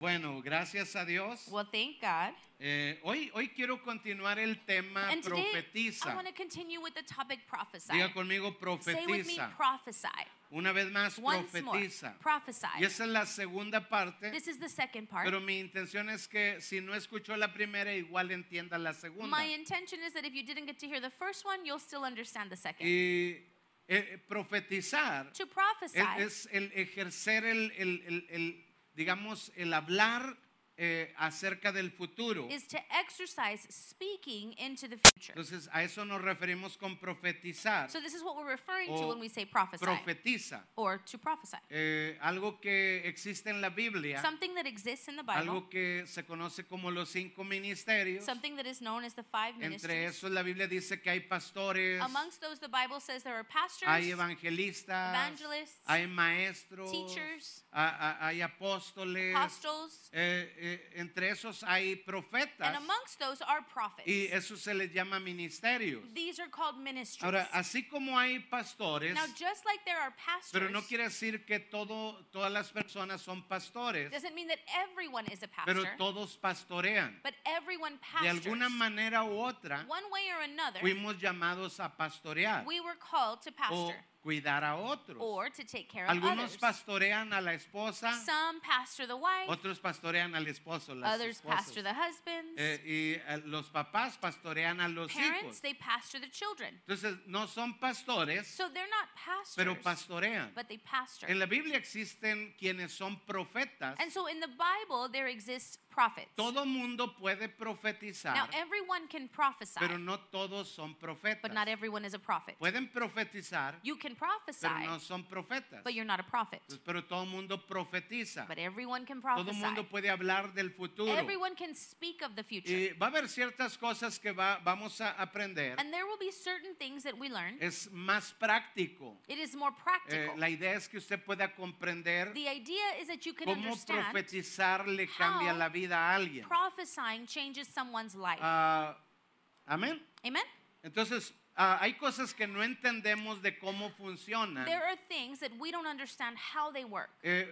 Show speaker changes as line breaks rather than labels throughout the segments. Bueno, gracias a Dios.
Well, thank God.
Eh, hoy, hoy quiero continuar el tema
And today, I
Ah, profetiza.
want to continue with the topic prophesy.
Diga conmigo
Say with me,
profetiza.
prophesy.
Una vez más,
Once more,
profetiza.
prophesy.
Y esa es la segunda parte.
This is the second part.
Pero mi intención es que si no escuchó la primera, igual entienda la segunda.
My intention is that if you didn't get to hear the first one, you'll still understand the second.
Y eh, profetizar
to prophesy
es, es el ejercer el, el- el- el, digamos, el hablar eh, acerca del futuro.
is to exercise speaking into the future.
Entonces, a eso nos referimos con profetizar.
So this is what we're referring to
o
when we say prophesy
Profetiza.
or to prophesy.
Eh, algo que existe en la Biblia,
Something that exists in the Bible,
algo que se conoce como los cinco ministerios.
something that is known as the five
Entre
ministries.
esos la Biblia dice que hay pastores,
Amongst those, the Bible says there are pastors,
hay evangelistas,
evangelists,
hay maestros,
teachers,
a- a- hay apóstoles.
apostles,
eh, eh, entre esos hay
and
profetas
amongst those are prophets.
y eso se les llama ministerios.
These are called ministries.
Ahora, así como hay pastores,
now, just like there are pastors,
pero no quiere decir que todo, todas las personas son pastores,
doesn't mean that everyone is a
pero
pastor,
todos pastorean.
but everyone
De
pastors.
alguna manera u otra,
One way or another,
fuimos llamados a pastorear
we were called to
o
pastor
cuidar a otros.
or to take care of
Algunos
others.
pastorean a la esposa,
Some pastor the wife,
otros pastorean al esposo, las
others
esposas.
pastor the husbands.
Eh, y eh, los papás pastorean a los
Parents,
hijos.
they pastor the children.
Entonces, no son pastores,
So they're not pastors,
pero pastorean.
but they pastor.
En la Biblia existen quienes son profetas.
And so in the Bible, there exists prophets.
Todo mundo puede
now,
profetizar,
everyone can prophesy,
pero no todos son profetas.
but not everyone is a prophet.
Pueden profetizar,
You can prophesy,
pero no son profetas.
but you're not a prophet.
Entonces, Pero todo mundo profetiza.
But everyone can
Todo
prophesy.
mundo puede hablar del futuro.
Everyone can speak of the future.
Y va a haber ciertas cosas que va- vamos a aprender.
and there will be certain things that we learn.
Es más práctico.
It is more
Eh,
practical.
la idea es que usted pueda comprender
the idea is that you can
cómo
understand
profetizar le cambia
how
la vida a alguien.
prophesying changes someone's life.
Ah, Amén.
Amen?
Entonces, ah, hay cosas que no entendemos de cómo funcionan.
There are things that we don't understand how they work.
Eh,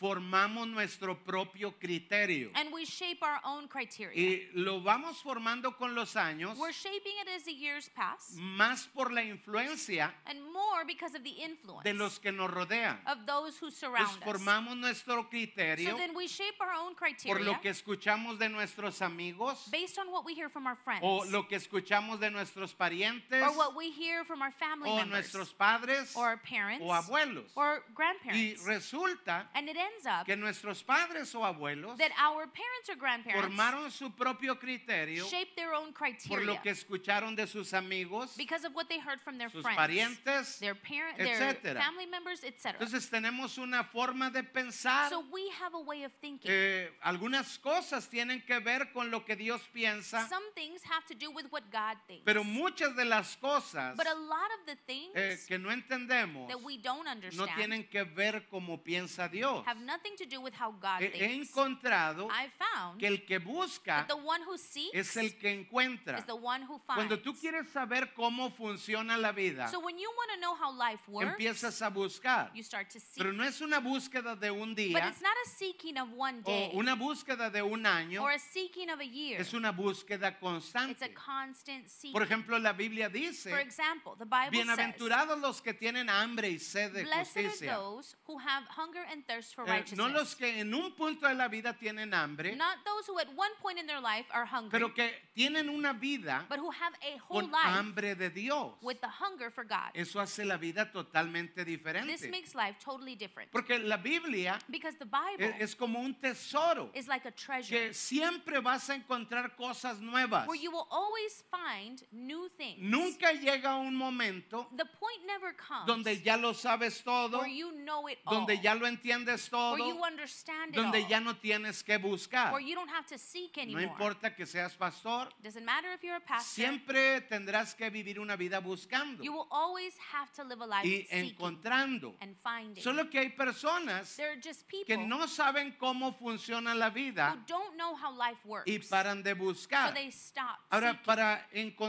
formamos nuestro propio criterio
And we shape our own criteria.
y lo vamos formando con los años,
We're shaping it as the years pass,
más por la influencia
and more because of the influence
de los que nos rodean.
of those who
Pues
surround us.
formamos nuestro criterio
So then we shape our own
por
criteria
lo que escuchamos de nuestros amigos
based on what we hear from our friends,
o lo que escuchamos de nuestros parientes
or what we hear from our family
o
members,
nuestros padres
or our parents,
o abuelos.
or
Y
grandparents.
resulta
And it ends up
que nuestros padres o abuelos
that our parents or grandparents
formaron su propio criterio
shape their own
por
criteria
lo que escucharon de sus amigos,
because of what they heard from their
sus
friends,
parientes.
their parents, their
etcétera.
family members, etc.
Entonces tenemos una forma de pensar.
So we have a way of thinking.
Eh, algunas cosas tienen que ver con lo que Dios piensa,
Some things have to do with what God thinks.
pero muchas de las cosas
but a lot of the things
eh, que no entendemos
that we don't
no
understand
tienen que ver como piensa Dios.
have nothing to do with how God
Eh, He
thinks.
encontrado
I found
que el que busca
that the one who seeks
es el que encuentra.
is the one who finds.
Cuando tú quieres saber cómo funciona la vida,
so when you want to know how life works,
empiezas a buscar.
you start to seek.
Pero no es una búsqueda de un
but
día
it's not a seeking of one
o
day
una búsqueda de un año,
or a seeking of a year.
es una búsqueda
it's a
constante.
constant seeking.
Por ejemplo, la Biblia
For
dice,
example, the Bible says,
bienaventurados los que tienen hambre y sed de
Blessed are
justicia.
those who have hunger and thirst for
Eh,
righteousness.
no los que en un punto de la vida tienen hambre,
Not those who at one point in their life are hungry,
pero que tienen una vida
but who have a whole
con
life
hambre de Dios.
with the hunger for God.
Eso hace la vida totalmente
This
diferente.
makes life totally different.
Porque la Biblia e-,
Because the Bible
es, es como un tesoro
is like a treasure
que siempre vas a encontrar cosas nuevas.
where you will always find new things.
Nunca llega un momento
the point never comes
donde ya lo sabes todo,
where you know it all,
donde ya lo entiendes
Oh. where you
todo,
understand it
donde
all,
ya no tienes que buscar.
where you don't have to seek
No
anymore.
importa que seas pastor,
Doesn't matter if you're a pastor,
siempre tendrás que vivir una vida buscando
you will always have to live a life
y
seeking
encontrando.
and finding.
Solo que hay personas
there are just people
que no saben cómo funciona la
who
vida
don't know how life works,
y paran de
so
buscar.
they stop
Ahora,
seeking.
para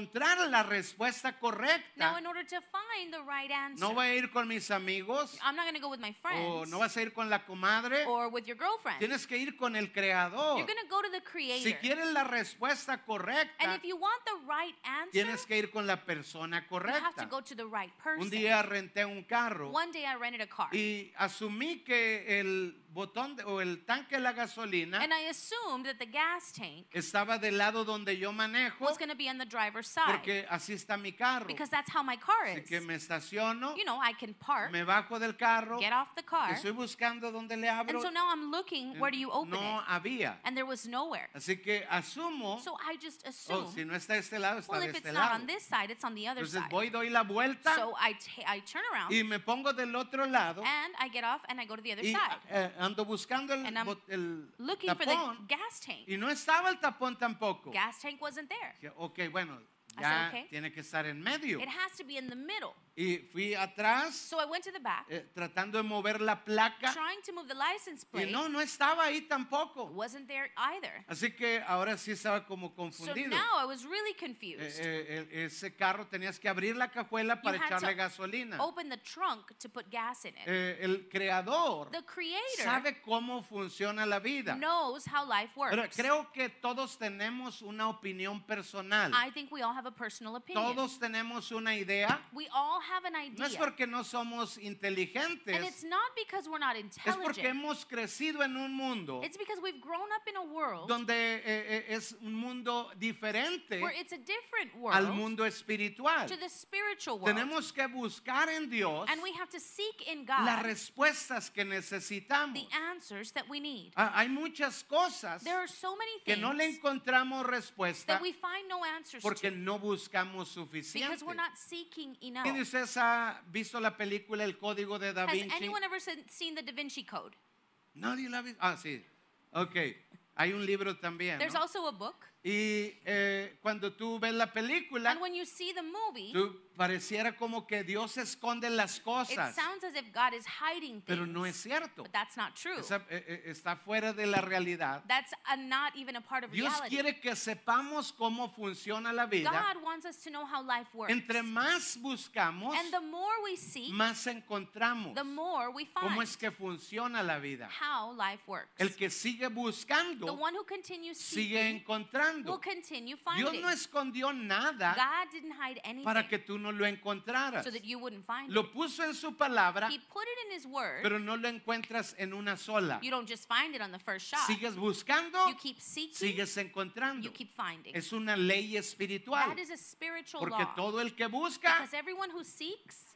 encontrar la respuesta
Now,
correcta,
in order to find the right answer,
no voy a ir con mis amigos
I'm not going to go with my friends.
o no vas Oh, a ir con la comadre,
or with your girlfriend.
tienes que ir con el creador.
You're going to go to the
Si
creator.
quieres la respuesta
And
correcta,
if you want the right answer,
tienes que ir con la persona
you have to
correcta.
go to the right
Un
person.
día renté un carro
One day I rented a car.
y asumí que el botón de- o el tanque de la gasolina
And I assumed that the gas tank
estaba del lado donde yo manejo
was going to be on the driver's side
porque así está mi carro.
because that's how my car
Así que
is.
me estaciono,
You know, I can park,
me bajo del carro,
get off the car,
estoy buscando donde le abro.
and so now I'm looking where do you open
no
it?
había.
And there was nowhere.
Así que asumo,
So I just assumed,
oh, si no está de este lado, está
well,
de
if it's
este
not
lado.
on this side, it's on the other
Entonces
side.
voy, doy la vuelta
So I ta- I turn around
y me pongo del otro lado
and I get off and I go to the other
y
side,
eh, ando buscando el,
And I'm
bot- el
looking for the
tapón
gas tank.
y no estaba el tapón tampoco.
Gas tank wasn't there.
Dije, ok, bueno,
I
ya
said, "Okay."
tiene que estar en medio.
It has to be in the middle.
Y fui atrás
So I went to the back,
eh, tratando de mover la placa
trying to move the license
y
plate.
no, no estaba ahí tampoco.
Wasn't there either.
Así que ahora sí estaba como
So
confundido.
now I was really
Eh,
confused.
eh, eh, ese carro tenías que abrir la cajuela para
had to
echarle gasolina.
Open the trunk to put gas in it.
Eh, el creador
The creator
sabe cómo funciona la vida.
knows how life
Pero
works.
creo que todos tenemos una opinión personal.
I think we all have a personal opinion.
Todos tenemos una idea.
We all have an
No es
idea.
porque no somos
And it's
inteligentes,
not because we're not
es porque
intelligent.
hemos crecido en un mundo
It's because we've grown up in a world
donde eh, eh, es un mundo diferente
where it's a different
al
world
mundo espiritual.
to the spiritual world.
Tenemos que buscar en Dios
And we have to seek in
las
God
respuestas que necesitamos.
the answers that we need.
Ah, Hay muchas cosas
There are so many
que no le
things
encontramos respuesta
that we find no answers
porque
to
no buscamos
because
suficiente.
we're not seeking enough.
¿Quién de ustedes ha visto la película El Código de Da
Has
Vinci?
anyone ever seen seen the Da Vinci Code?
Nadie la ha visto. Ah, sí. Ok. Hay un libro también.
There's
¿no?
also a book.
Y eh, cuando tú ves la película,
And when you see the movie,
tú pareciera como que Dios esconde las
it
cosas,
sounds as if God is hiding
pero no es
things.
cierto.
But that's not true.
Esa- eh, eh, está fuera de la realidad.
That's uh, not even a part of
Dios
reality.
quiere que sepamos cómo funciona la vida.
God wants us to know how life works.
Entre más buscamos,
And the more we seek,
más encontramos
the more we
cómo
find
es que funciona la vida.
how life works.
El que sigue
The
buscando
one who continues
sigue
seeking will
encontrando.
continue
Dios
finding.
no escondió nada
God didn't hide
para que
anything
tú no lo encontraras.
so that you wouldn't find it.
Lo puso en su palabra,
He put it in His Word.
pero no lo encuentras en una sola.
You don't just find it on the first shot.
Sigues buscando,
You keep seeking,
sigues encontrando.
you keep finding.
Es una ley espiritual,
That is a spiritual
porque
law.
todo el que busca
Because everyone who seeks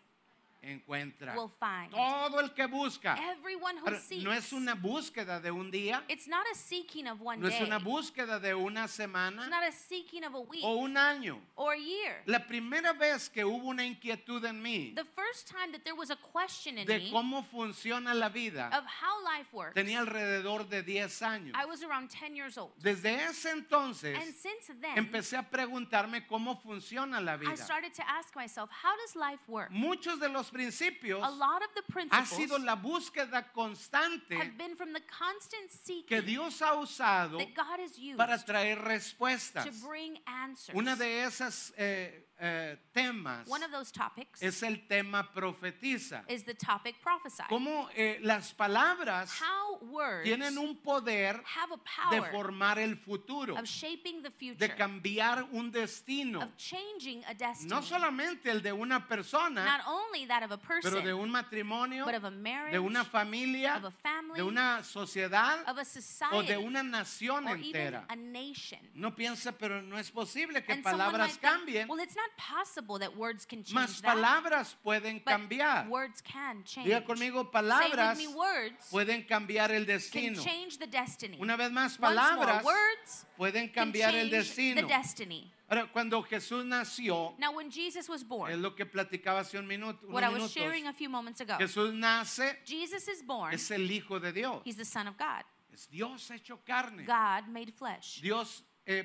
encuentra.
will find.
Todo el que busca.
Everyone who
Ahora,
seeks.
no es una búsqueda de un día,
It's not a seeking of one
no es
day.
una búsqueda de una
It's
semana
not a seeking of a week
o un año.
or a year.
Oh, La primera vez que hubo una inquietud en mí
The first time that there was a question in
de
me
cómo funciona la vida,
of how life works,
tenía alrededor de 10 años.
I was around 10 years old.
Desde ese
And
entonces
since then,
empecé a preguntarme cómo funciona la
I
vida.
started to ask myself, how does life work?
Muchos de los principios
A lot of the
ha sido
principles
la búsqueda constante
have been from the constant
que
seeking
Dios ha usado
that God has used
para traer
to
respuestas.
bring answers.
Una de esas eh, eh, temas
One of those topics
es el tema profetiza.
is the topic prophesy.
Cómo eh, las palabras
How words
tienen un poder
have a
de
power
formar el futuro,
of shaping the future,
de cambiar un destino,
of changing a destiny.
no solamente el de una
Not
persona,
only that of a
pero de
person,
un matrimonio,
but of a marriage,
de una familia,
of a family,
de una sociedad
of a
o
society,
de una nación
or even
entera.
a nation.
No piensa, pero no es posible que
And someone
palabras
might think,
cambien,
well, it's not possible that words can change
más
that,
palabras pueden
but
cambiar.
words can change.
Diga conmigo,
Say with
palabras
me, words
pueden cambiar el
can
destino.
change the destiny.
Una vez más,
Once more,
palabras
words
pueden
can
cambiar el
change the
destino.
destiny.
Ahora, cuando Jesús nació,
Now, when Jesus was
es
born,
lo que platicaba hace un minuto,
what I
unos
was sharing
minutos.
a few moments ago,
Jesús nace,
Jesus is Oh. born.
es el Hijo de Dios.
He's the Son of God.
Es Dios hecho carne.
God made flesh.
Dios eh,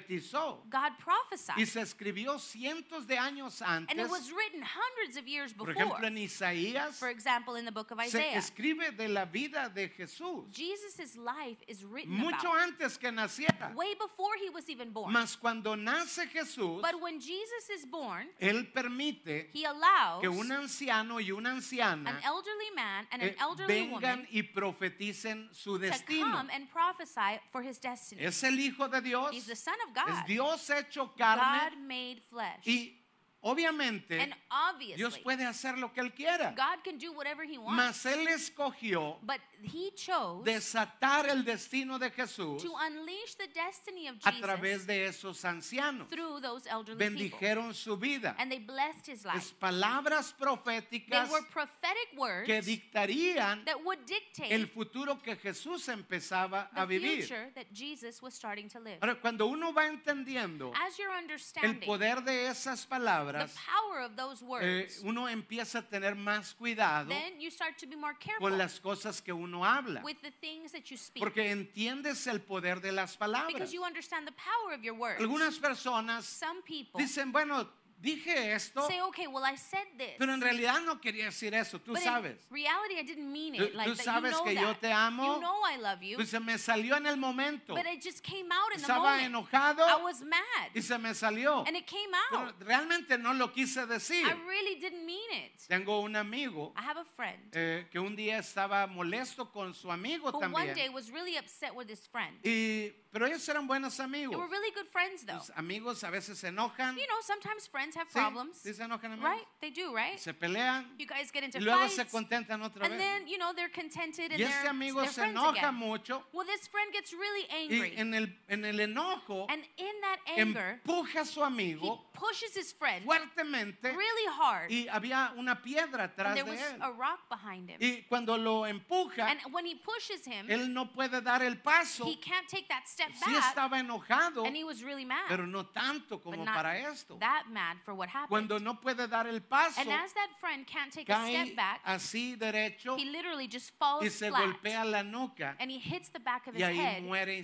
profetizó
God
y
prophesied.
se escribió cientos de años
And it
antes.
was written hundreds of years
Por
before.
ejemplo, en Isaías
For example, in the book of
se
Isaiah,
escribe de la vida de Jesús
Jesus' life is written
mucho
about
antes que naciera.
way before he was even born.
Mas cuando nace Jesús,
But when Jesus is born,
él permite
he allows
que un anciano y una
an
anciana
elderly man and an
eh,
elderly
vengan
woman
y profeticen su
to
destino.
come and prophesy for his destiny.
Es el Hijo de Dios,
He's the Son
es
of God,
Dios hecho
God
carne
made flesh.
y obviamente
And
Dios
obviously,
puede hacer lo que él quiera.
God can do whatever he wants.
Mas él escogió
But he chose
desatar el destino de Jesús
to unleash the destiny of
a través
Jesus
de esos ancianos.
through those elderly people.
Bendijeron su vida.
And they blessed his
Es
life.
palabras
They
proféticas
were prophetic words
que dictarían
that would
el
dictate
futuro que Jesús empezaba a
the
vivir.
future that Jesus was starting to live.
Ahora, cuando uno va entendiendo
As you're
el
understanding
poder de esas
the
palabras,
power of those
eh,
words,
uno empieza a tener más cuidado
then you start to be more careful
con las cosas que uno habla,
with the things that you speak
porque entiendes el poder de las palabras.
because you understand the power of your words.
Algunas personas
Some people
dicen, bueno, dije esto,
say, okay, well, I said this.
pero en realidad no quería decir eso, tú
but
sabes.
in reality, I didn't mean
Tú-
it. Like
tú
that,
sabes
you know
que
that.
yo te amo.
You know I love you.
Pues se me salió en el momento.
But it just came out in the
Estaba
moment.
enojado
I was mad.
y se me salió.
And it came
Pero
out.
realmente no lo quise decir.
I really didn't mean it.
Tengo un amigo
I have a friend
eh, que un día estaba molesto con su amigo
who one day
también.
was really upset with his friend.
Y, pero ellos eran buenos
They
amigos.
were really good friends though.
Los amigos a veces se enojan.
You know, sometimes friends have
Sí,
problems.
sí se enojan amigos.
Right? They do, right?
Se pelean
You guys get
y
into
luego
fights.
se contentan otra
And
vez.
then, you know, they're contented and
Y este
they're,
amigo
they're
se
friends
enoja
again.
mucho
Well, this friend gets really
y
angry.
en el, en el enojo
and in that anger,
empuja a su
he
amigo
pushes his friend
fuertemente
really hard.
y había una piedra atrás
and
de
there was
él.
a rock behind him.
Y cuando lo empuja,
and when he pushes him,
él no puede dar el paso.
he can't take that step
Sí
back.
estaba enojado,
and he was really mad.
pero no tanto
but
como
not
para esto.
that mad for what happened.
Cuando no puede dar el paso,
and as that friend can't take a
cae
step back,
así derecho
he literally just
y
falls
se
flat.
golpea la nuca
And he hits the back of
y
his
ahí
head.
muere
And he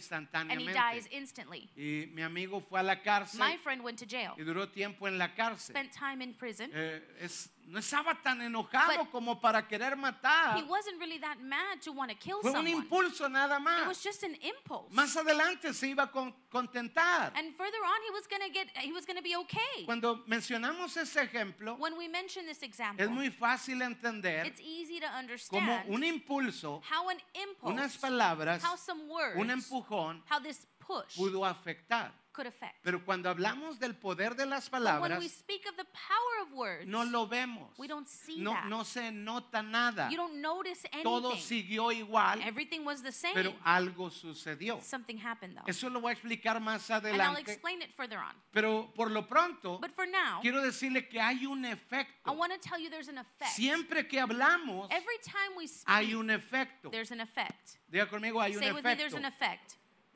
dies
instantáneamente.
instantly.
Y mi amigo fue a la
My
cárcel
friend went to jail,
y duró tiempo en la cárcel.
spent time in prison.
Eh, es- no estaba tan enojado
But-
como para querer matar.
He wasn't really that mad to want to kill
Fue un
someone.
impulso nada
It
más.
was just an impulse.
Más adelante se iba a con- contentar.
And further on, he was gonna get. He was gonna be okay.
Cuando mencionamos ese ejemplo,
When we mention this
es
example,
muy fácil entender
it's easy to
cómo un
understand
impulso,
how an
unas
impulse,
palabras,
how some
un
words,
empujón
how this push
pudo afectar.
could affect.
Pero cuando hablamos del poder de las
But when we
palabras,
speak of the power of words,
no lo vemos.
we don't see
No,
that.
no se nota nada.
you don't notice
Todo
anything.
siguió igual,
Everything was the same.
pero algo sucedió.
Something happened though.
Eso lo voy a explicar más
And I'll
adelante.
explain it further on.
Pero por lo pronto,
But for now,
quiero decirle que hay un efecto.
I want to tell you there's an effect.
Siempre que hablamos,
Every time we
hay
speak,
un efecto.
there's an effect.
Diga conmigo, hay un
Say with me, there's
efecto.
an effect.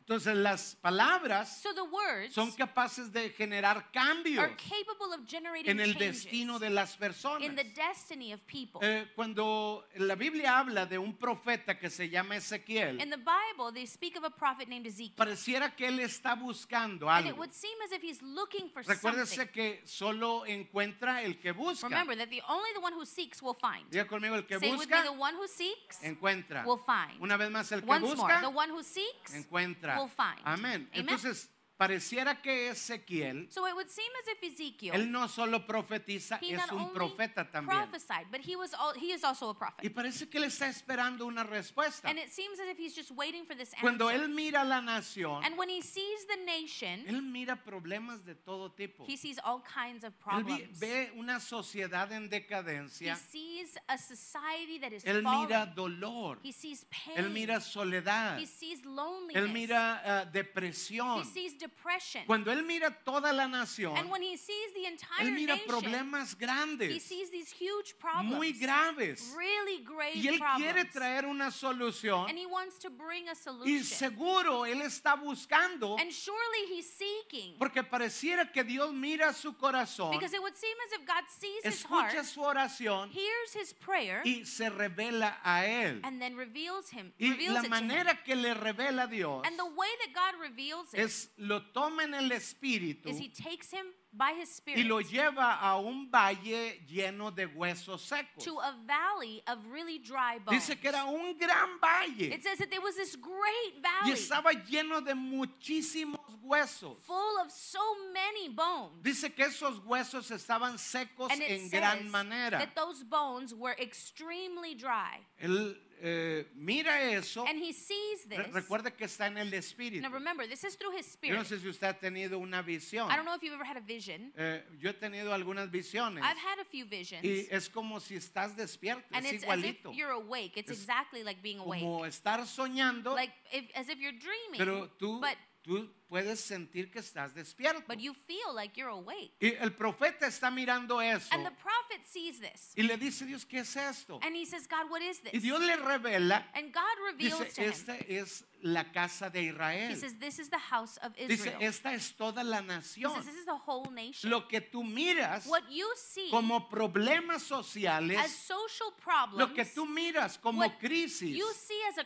Entonces, las palabras
So the words
son capaces de generar cambios
are capable of generating
en el
changes
destino de las personas.
in the destiny of people.
Eh, cuando la Biblia habla de un profeta que se llama Ezequiel,
In the Bible, they speak of a prophet named Ezekiel.
pareciera que él está buscando
And it
algo.
would seem as if he's looking for something.
Recuérdese que solo encuentra el que busca.
Remember that the only the one who seeks will find.
Diga conmigo, el que
Say with me,
busca,
the one who seeks.
encuentra.
will find.
Una vez más, el que
Once more,
busca,
the one who seeks.
encuentra.
will find.
Amén.
Amen.
Entonces, pareciera que Ezequiel,
So it would seem as if Ezekiel
él no solo profetiza,
He
es
not
un
only
profeta también.
prophesied, but he was al- he is also a
Y
prophet.
parece que él está esperando una respuesta.
And it seems as if he's just waiting for this
Cuando
answer.
él mira la nación,
and when he sees the nation,
él mira problemas de todo tipo.
he sees all kinds of
Él vi-
problems.
ve una sociedad en
He
decadencia.
sees a society that is
Él
falling.
mira dolor.
he sees pain.
Él mira soledad.
he sees loneliness.
Él mira ah,
he
depresión.
sees depression.
Cuando él mira toda la nación,
and when he sees the entire
él mira
nation,
problemas
he
grandes,
sees these huge problems.
muy graves.
Really grave
Y él quiere
problems.
traer una solución.
and he wants to bring a solution.
Y seguro él está buscando
and surely he's seeking.
porque pareciera que Dios mira su corazón,
Because it would seem as if God sees his heart,
escucha su oración
hears his prayer,
y se revela a él.
and then reveals him.
Y
reveals
la
it to him.
manera que le revela Dios
And the way that God reveals it
es
is
lo lo toma en el espíritu
is he takes him by his
y lo
spirit
lleva a un valle lleno de huesos secos.
to a valley of really dry bones.
Dice que era un gran valle
It says that there was this great
y
valley
estaba lleno de muchísimos huesos.
full of so many bones.
Dice que esos huesos estaban secos
And it
en
says
gran manera.
that those bones were extremely dry.
Él eh, mira eso.
And he sees
Re-
this.
Recuerde que está en el espíritu.
Now remember, this is through his
Yo
spirit.
no sé si usted ha tenido una visión.
I don't know if you've ever had a vision.
Eh, yo he tenido algunas visiones
I've had a few visions.
y es como si estás despierto,
and
es
it's as if
igualito.
you're awake. It's
Es
exactly like being awake.
Como estar soñando,
Like if, as if you're dreaming.
pero tú,
but
tú puedes sentir que estás despierto.
but you feel like you're awake.
Y el profeta está mirando eso
And the prophet sees this.
y le dice Dios, ¿qué es esto?
And he says, God, what is this?
Y Dios le revela,
and God reveals
dice,
to him.
esta es la casa de
he
Israel.
says, This is the house of
Dice,
Israel.
esta es toda la
he
nación.
says, This is the whole nation.
Lo que tú miras
what you see
como problemas
as
sociales,
social problems,
lo que tú miras como
what
crisis,
you see as a
esa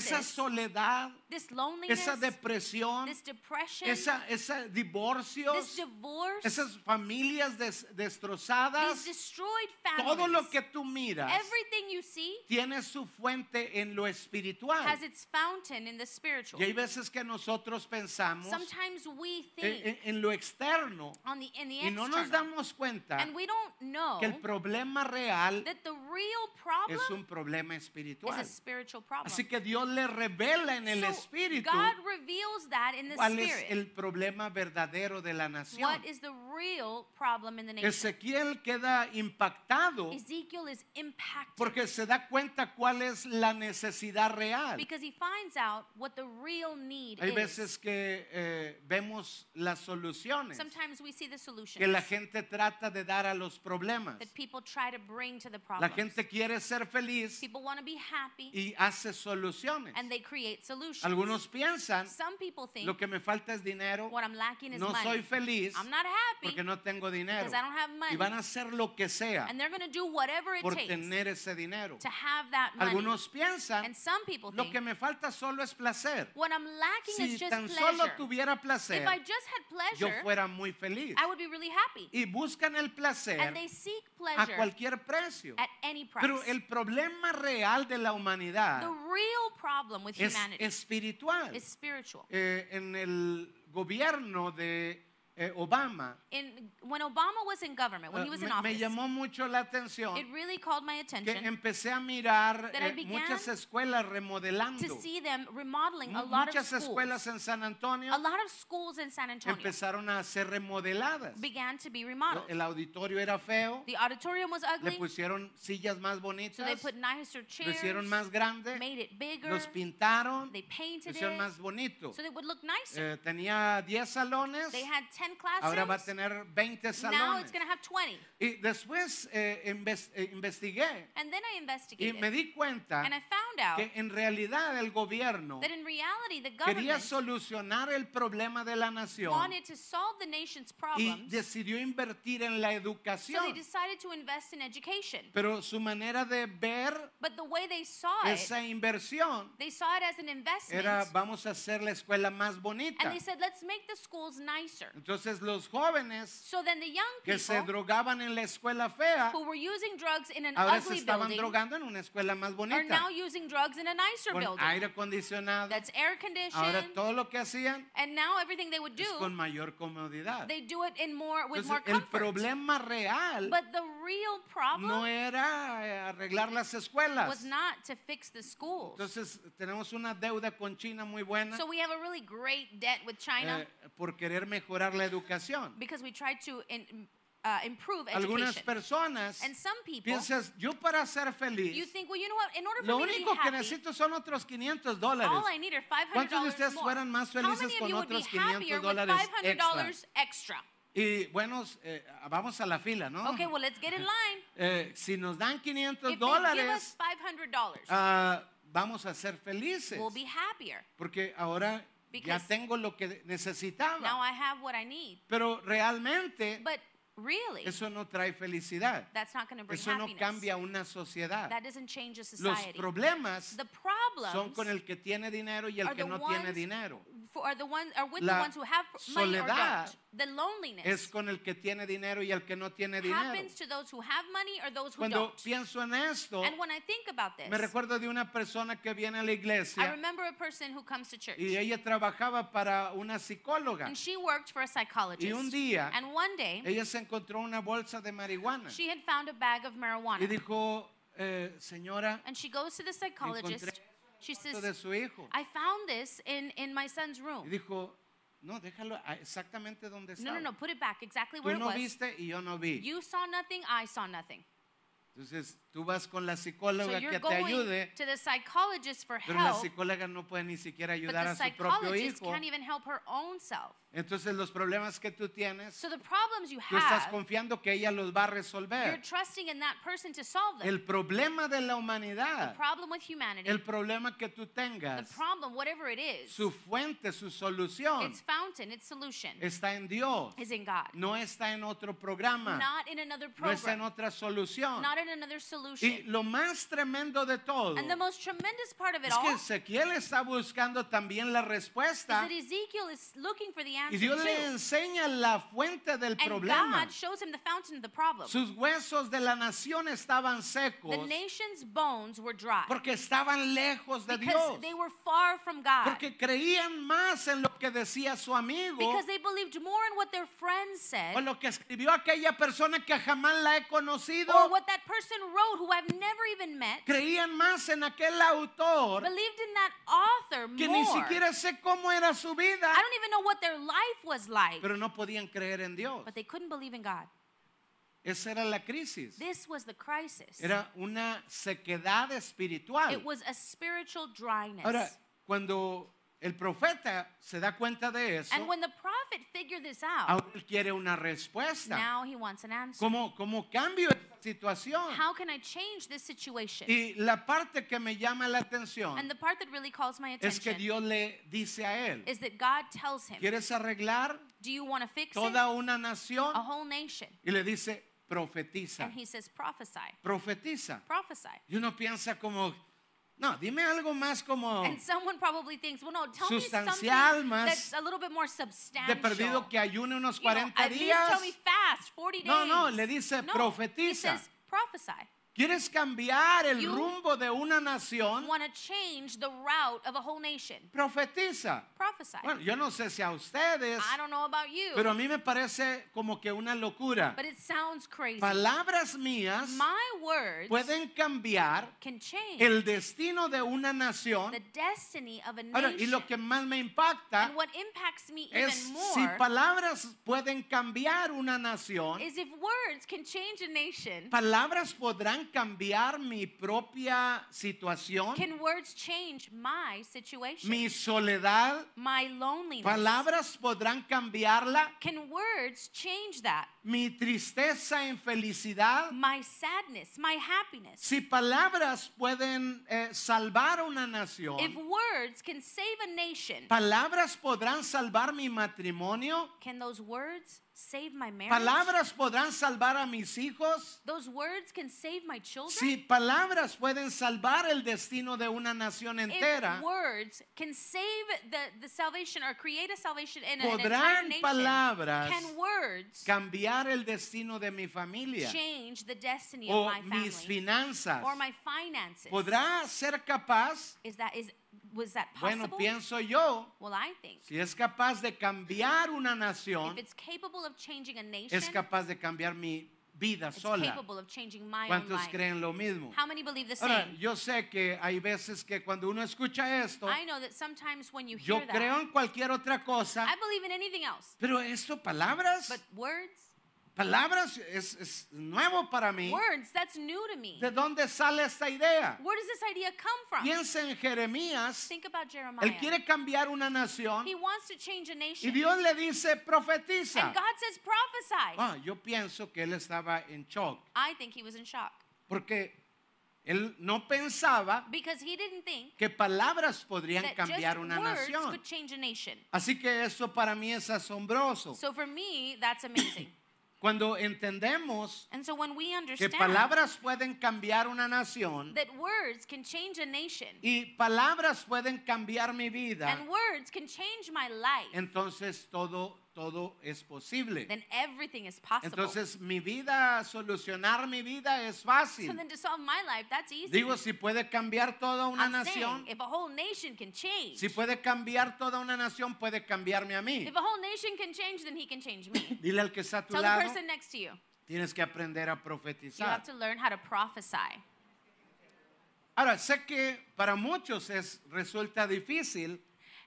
crisis,
soledad,
this loneliness,
esa depresión,
this depression,
esa, esa
this
divorcios,
divorce,
esas familias des-
these
destrozadas,
destroyed
todo
families,
lo que tú miras
everything you see
tiene su fuente en lo espiritual.
has its fountain in the spiritual.
ah, Y hay veces que nosotros pensamos
Sometimes we think
en, en- en lo externo
on the in the
y no nos
external,
damos cuenta
and we don't know
que el problema real
that the real problem
es un problema
is a
espiritual.
spiritual problem.
Así que Dios le revela en el
so
Espíritu
God reveals that in the
cuál
spirit.
es el problema verdadero de la nación.
what is the real problem in the nation?
Ezequiel queda impactado
Ezekiel is impacted
porque se da cuenta cuál es la necesidad real.
because he finds out what the real need
Hay
is.
veces que eh, vemos las soluciones
Sometimes we see the solution
que la gente trata de dar a los problemas.
that people try to bring to the
La
problem.
gente quiere ser feliz
people want to be happy
y hace soluciones.
and they create solutions.
Algunos piensan,
Some people think
lo que me falta es dinero,
what I'm lacking is
no
money.
soy feliz
I'm not happy
porque no tengo dinero.
because I don't have
Y
money.
van a hacer lo que sea
and they're going to do whatever it
por
takes
tener ese dinero.
to have that money.
Algunos piensan,
and some people
lo
think
que me falta solo es placer.
what I'm lacking
Si
is just
tan
pleasure.
solo tuviera placer,
if I just had
yo
pleasure,
fuera muy feliz.
I would be really happy.
Y buscan el
and
placer
they seek
a
pleasure
cualquier precio.
at any price.
Pero el problema real de la
the
humanidad
real problem with
es
humanity
espiritual.
is spiritual.
Eh, en el gobierno de eh, Obama,
In, when Obama was in government,
eh,
when he was
me,
in
me
office,
llamó mucho la atención
it really called my
que
attention
empecé a mirar
that I
eh,
began
muchas escuelas remodelando.
to see them remodeling a
Mu-
lot of
muchas
schools.
escuelas en San Antonio
a lot of schools in San Antonio
empezaron a ser remodeladas.
began to be
Lo-
remodeled.
El auditorio era feo,
the auditorium was
le
ugly,
pusieron sillas más
so they
bonitas,
put nicer
lo
chairs,
hicieron más grande,
made it bigger,
los pintaron,
they
lo
painted it,
hicieron más bonito.
so they would look nicer.
Eh, tenía 10 salones,
they had 10 classrooms,
ahora va a tener 20
now it's
salones.
going to have 20.
Y después eh, inves- eh, investigué
And then I
y
investigated,
me "Ah, di cuenta
and I found out
que en realidad el gobierno
that in reality the
quería
government
solucionar el problema de la nación
wanted to solve the nation's
y
problems,
decidió invertir en la
so they
educación.
decided to invest in education.
Pero su manera de ver
But the way they saw it,
esa inversión
they saw it as an investment,
era vamos a hacer la escuela más
and
bonita.
they said, let's make the schools nicer.
Entonces los jóvenes
So then the young
que se
people
drogaban en la escuela fea
who were using drugs in an
ahora se
ugly
estaban
building
drogando en una escuela más
are now
bonita
using drugs in a nicer
con
building
aire acondicionado.
that's air conditioned,
Ahora todo lo que hacían
and now everything they would do,
es con mayor comodidad.
they do it in more with
Entonces,
more
el
comfort.
problema real
but the real problem
no era eh, arreglar las escuelas.
was not to fix the schools.
Entonces tenemos una deuda con China muy buena
So we have a really great debt with China
eh, por querer mejorar la educación.
because we tried to in, uh, improve
Algunas
education.
personas
And some people,
piensas, yo para ser
you
feliz,
think, well, you know what? In order
lo
for me to be
único que
happy,
necesito son otros 500 dólares.
all I need are $500
¿Cuántos de ustedes
more.
fueran más
How
felices
many of
con
you would be
otros 500
happier with
dólares
$500 extra?
Y bueno, eh, vamos a la fila, ¿no?
Okay, well, let's get in line.
Eh, si nos dan
if
500
they give us
dólares,
$500,
ah, vamos a ser felices.
we'll be happier.
Porque ahora ya
Because
tengo lo que
Now
necesitaba.
I have what I need.
Pero realmente
But really,
eso no trae felicidad.
that's not going to bring
Eso no
happiness.
cambia una sociedad.
That doesn't change a
Los
society.
problemas
The problems
son con el que tiene dinero y el
are
que
the
no tiene
ones
dinero.
for, are the ones are with the
La
ones who have money or
soledad
don't. The
es
loneliness
con el que tiene dinero y el que no tiene dinero.
happens to those who have money or those who
Cuando
don't.
pienso en esto,
And when I think about this,
me recuerdo de una persona que viene a la
I
iglesia
remember a person who comes to church
y ella trabajaba para una psicóloga.
and she worked for a psychologist.
Y un día,
and one day
Ella se encontró una bolsa de marihuana
she had found a bag of
y
marijuana
dijo, eh, señora,
and she goes to the
"Encontré
psychologist. She
esto de
says,
su hijo.
I found this in, in my son's
Y
room.
dijo, no, déjalo a- exactamente donde
No, no,
estaba.
no, put it back exactly where
Tú
it
no
was.
viste y yo no vi.
You saw nothing, I saw nothing.
Entonces, tú vas con la
So
psicóloga
you're
que te
going
ayude,
to the psychologist for
pero la
help,
psicóloga no puede ni siquiera
but
ayudar
the
a su propio
psychologist
hijo.
can't even help her own self.
Entonces, los problemas que tú tienes,
So the problems you
tú estás
have,
confiando que ella los va a
you're
resolver.
trusting in that person to solve them.
El problema de la
The
humanidad,
problem with humanity,
el problema que tú
the
tengas,
problem, whatever it is,
su fuente, su solución
its fountain, its solution
está en Dios.
is in God,
No está en otro programa.
not in another
No está en
program,
otra solución.
not in another
Y
solution.
lo más tremendo de todo
And the most tremendous part of it
es
all
que
is
Ezequiel está buscando también la respuesta
that Ezekiel is looking for the
y
answer
Dios le
too.
enseña la fuente del
And
problema.
God shows him the fountain of the problem.
Sus huesos de la nación estaban secos
The nation's bones were dry
porque estaban lejos de Dios.
because they were far from God.
Porque creían más en lo que decía su amigo
Because they believed more in what their friends said
o lo que escribió aquella persona que jamás la he conocido.
or what that person wrote who I've never even met.
Creían más en aquel autor
Believed in that author
que
more.
ni siquiera sé cómo era su vida,
I don't even know what their life was like,
pero no podían creer en Dios.
but they couldn't believe in God.
Esa era la crisis.
This was the crisis.
Era una sequedad espiritual.
It was a spiritual dryness.
Ahora, cuando el profeta se da cuenta de eso,
and when the prophet figured this out,
ahora él quiere una respuesta.
now he wants an answer.
¿Cómo, cómo cambio esta situación?
How can I change this situation?
Y la parte que me llama la
and
atención
the part that really calls my
es que
attention
Dios le dice a él,
is that God tells him,
¿quieres arreglar
Do you want to fix it?
toda una nación?
A whole nation.
Y le dice, profetiza,
"Oh." And he says, Prophesy,
profetiza.
prophesy.
Y uno piensa como, no, dime algo más como
And someone probably thinks, Well, no, tell me something
Oh. Sustancial más
that's a little bit more
de
substantial.
perdido que ayune unos
You know,
40
at least
días.
tell me fast, 40 days.
No, no, le dice,
No, He
"Profetiza."
says, Prophesy.
¿Quieres cambiar el
You
rumbo de una nación?
Want to change the route of a whole nation.
Profetiza.
Prophesy.
Bueno, yo no sé si a ustedes,
I don't know about you,
pero a mí me parece como que una locura.
but it sounds crazy.
Palabras mías
My words
pueden cambiar
can change
el destino de una
the
nación.
destiny of a
Ahora, y
nation.
lo que más me impacta
and what impacts me even
es si
more
palabras pueden cambiar una nación.
is if words can change a nation,
Palabras podrán cambiar mi propia situación,
can words change my situation,
mi soledad.
my loneliness?
Palabras podrán cambiarla,
Can words change that?
mi tristeza en felicidad.
My sadness, my happiness.
Si palabras pueden eh, salvar una
If
nación,
words can save a nation,
palabras podrán salvar mi matrimonio,
can those words save my marriage?
palabras podrán salvar a mis hijos.
Those words can save my children?
Si palabras pueden salvar el destino de una nación entera,
If words can save the, the salvation or create a salvation in a- an entire
podrán
nation,
palabras
can words
cambiar el destino de mi familia
change the destiny of
o
my family
mis finanzas.
or my finances?
¿Podrá ser capaz?
Is that is was that
Bueno,
possible?
pienso yo,
well, I think
si es capaz de cambiar una
if
nación,
it's capable of changing a nation,
es capaz de cambiar mi vida
it's
sola.
capable of changing my own
¿Cuántos
life.
creen lo mismo?
How many believe the
Ahora,
same?
yo sé que hay veces que cuando uno escucha esto,
I know that sometimes when you hear
yo
that,
creo en cualquier otra cosa,
I believe in anything else,
pero esto, palabras,
but words,
palabras es, es nuevo para mí.
words, that's new to me.
¿De dónde sale esta idea?
Where does this idea come from?
Piensa en Jeremías,
Think about Jeremiah.
él quiere cambiar una nación
He wants to change a
y
nation.
Dios le dice, profetiza.
and God says, prophesy.
Ah, yo pienso que él estaba en shock
I think he was in shock
porque él no pensaba
because he didn't think
que palabras podrían
that just
cambiar una
words
nación.
could change a nation.
Así que eso para mí es asombroso.
So for me, that's amazing.
Cuando entendemos
And so when we
que
understand
palabras pueden cambiar una nación
that words can change a nation
y palabras pueden cambiar mi vida,
and words can change my life,
entonces todo, todo es posible.
then everything is possible.
Entonces mi vida, solucionar mi vida es
so
fácil.
then to solve my life, that's easy.
Digo, si puede cambiar toda una
I'm saying
nación,
if a whole nation can change,
si puede cambiar toda una nación, puede cambiarme a mí.
if a whole nation can change, then he can change me.
Dile al que está a tu
Tell the
lado,
person next to you,
tienes que aprender a
you
profetizar.
have to learn how to prophesy.
Ahora, sé que para muchos es, resulta difícil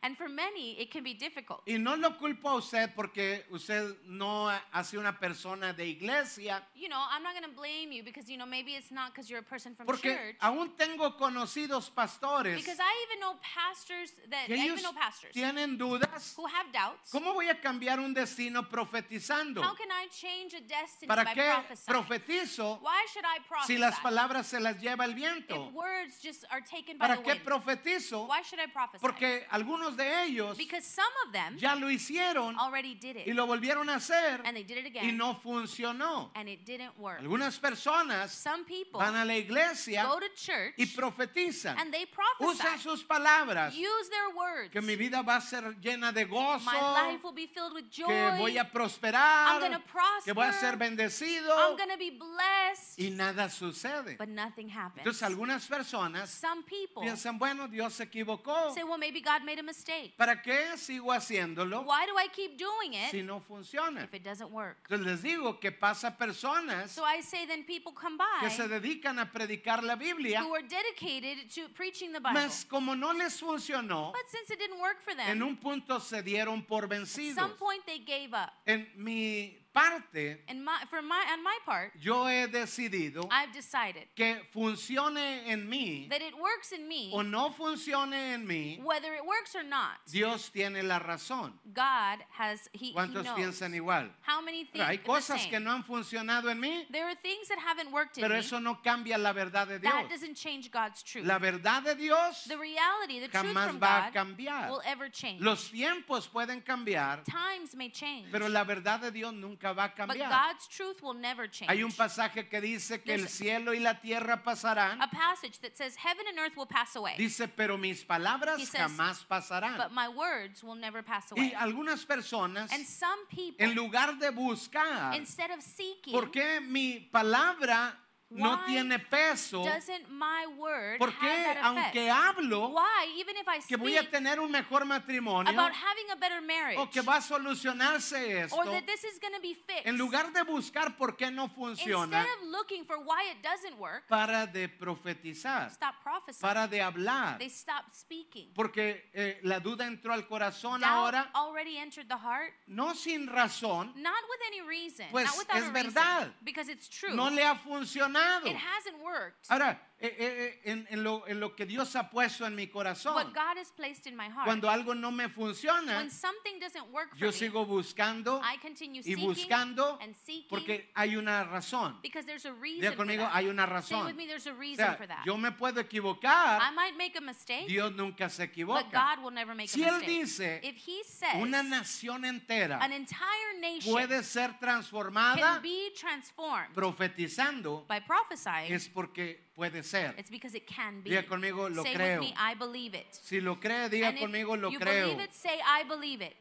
And for many, it can be difficult.
y no lo culpo a usted porque usted no ha ha sido una persona de iglesia.
You know, I'm not going to blame you because, you know, maybe it's not because you're a person from
Porque
church.
aún tengo conocidos pastores
Because I even know pastors that,
que
I
ellos
even know pastors
tienen dudas.
who have doubts.
¿Cómo voy a cambiar un destino profetizando?
How can I change a destiny
¿Para
by
qué
prophesying?
profetizo
Why should I prophesy?
si las palabras se las lleva el viento?
if words just are taken by
¿Para
the
qué
wind,
profetizo?
why should I prophesy?
Porque algunos de ellos
because some of them
ya lo hicieron
already did it,
y lo volvieron a hacer
and they did it
y
again,
no funcionó.
and it didn't work.
Algunas personas
some people
van a la iglesia
go to church
y profetizan.
and they
Usan
prophesy.
sus palabras
Use their words.
que mi vida va a ser llena de gozo,
My life will be filled with joy.
que voy a
I'm
prosperar,
gonna prosper.
que voy a ser bendecido
I'm going to be blessed.
y nada sucede.
but nothing happens.
Entonces algunas personas
some people
piensan, bueno, Dios se equivocó.
say, well, maybe God made a mistake.
¿Para qué sigo haciéndolo
Why do I keep doing it
si no funciona?
if it doesn't work?
Entonces les digo que pasa personas
So I say then people come
que se
by
dedican a predicar la Biblia,
who are dedicated to preaching the Bible.
mas como no les funcionó,
But since it didn't work for
en
them,
un punto se dieron por
at some
vencidos.
point they gave up.
En mi parte,
And my, for my, on my part,
yo he decidido
I've decided
que funcione en mí
that it works in me,
o no funcione en mí,
whether it works or not.
Dios tiene la razón.
God has, He, he
¿Cuántos
knows.
piensan igual?
How many
Ahora,
think
hay
the
cosas
same?
que no han funcionado en mí,
There are things that haven't worked in
pero
me.
eso no cambia la verdad de
that
Dios.
doesn't change God's truth.
La verdad de Dios
The reality, the truth
jamás
from
va a
God
cambiar.
will ever change.
Los tiempos pueden cambiar,
Times may change,
pero la verdad de Dios nunca va a
but
cambiar.
God's truth will never change.
Hay un pasaje que dice que el
There's-
cielo y la tierra pasarán.
a passage that says, Heaven and earth will pass away,
Dice, pero mis palabras
He says,
jamás
but
pasarán.
my words will never pass away.
Y algunas personas,
and some people,
en lugar de buscar,
instead of seeking,
¿por qué mi palabra no
Why
tiene peso?
doesn't my word
¿Por
have
qué,
that effect?
aunque hablo
Why, even if I
que
speak
voy a tener un mejor matrimonio
about having a better marriage,
o que va a solucionarse
or
esto,
that this is going to be fixed,
en lugar de buscar por qué no funciona,
instead of looking for why it doesn't work,
para de profetizar,
stop prophesying.
para de hablar,
They stopped speaking.
porque eh, la duda entró al corazón
Doubt
ahora,
already entered the heart,
no sin razón,
not with any reason,
Pues,
not without
es
a reason,
verdad.
because it's true.
no le ha funcionado.
it hasn't worked.
Ahora, eh, eh, eh, en, en lo, en lo que Dios ha puesto en mi corazón,
What God has placed in my heart.
cuando algo no me funciona,
when something doesn't work for
yo
me,
sigo buscando
I continue
y
seeking
buscando
and seeking
porque hay una razón.
because there's a reason
Diga
for
conmigo,
that.
hay una
Say with
razón.
me, there's a
O
reason
sea,
for that.
yo me puedo
I
equivocar,
might make a mistake,
Dios nunca se
but
equivoca.
God will never make
Si
a
Él
mistake.
dice,
if He says
Una nación entera
an entire nation
puede ser
can
transformada
be transformed
profetizando,
by prophesying,
es porque puede ser.
It's because it can be.
Diga conmigo, lo
say
creo.
with me, I believe it.
Si lo cree, diga
And if
conmigo, lo
you
creo.
believe it, say I believe it.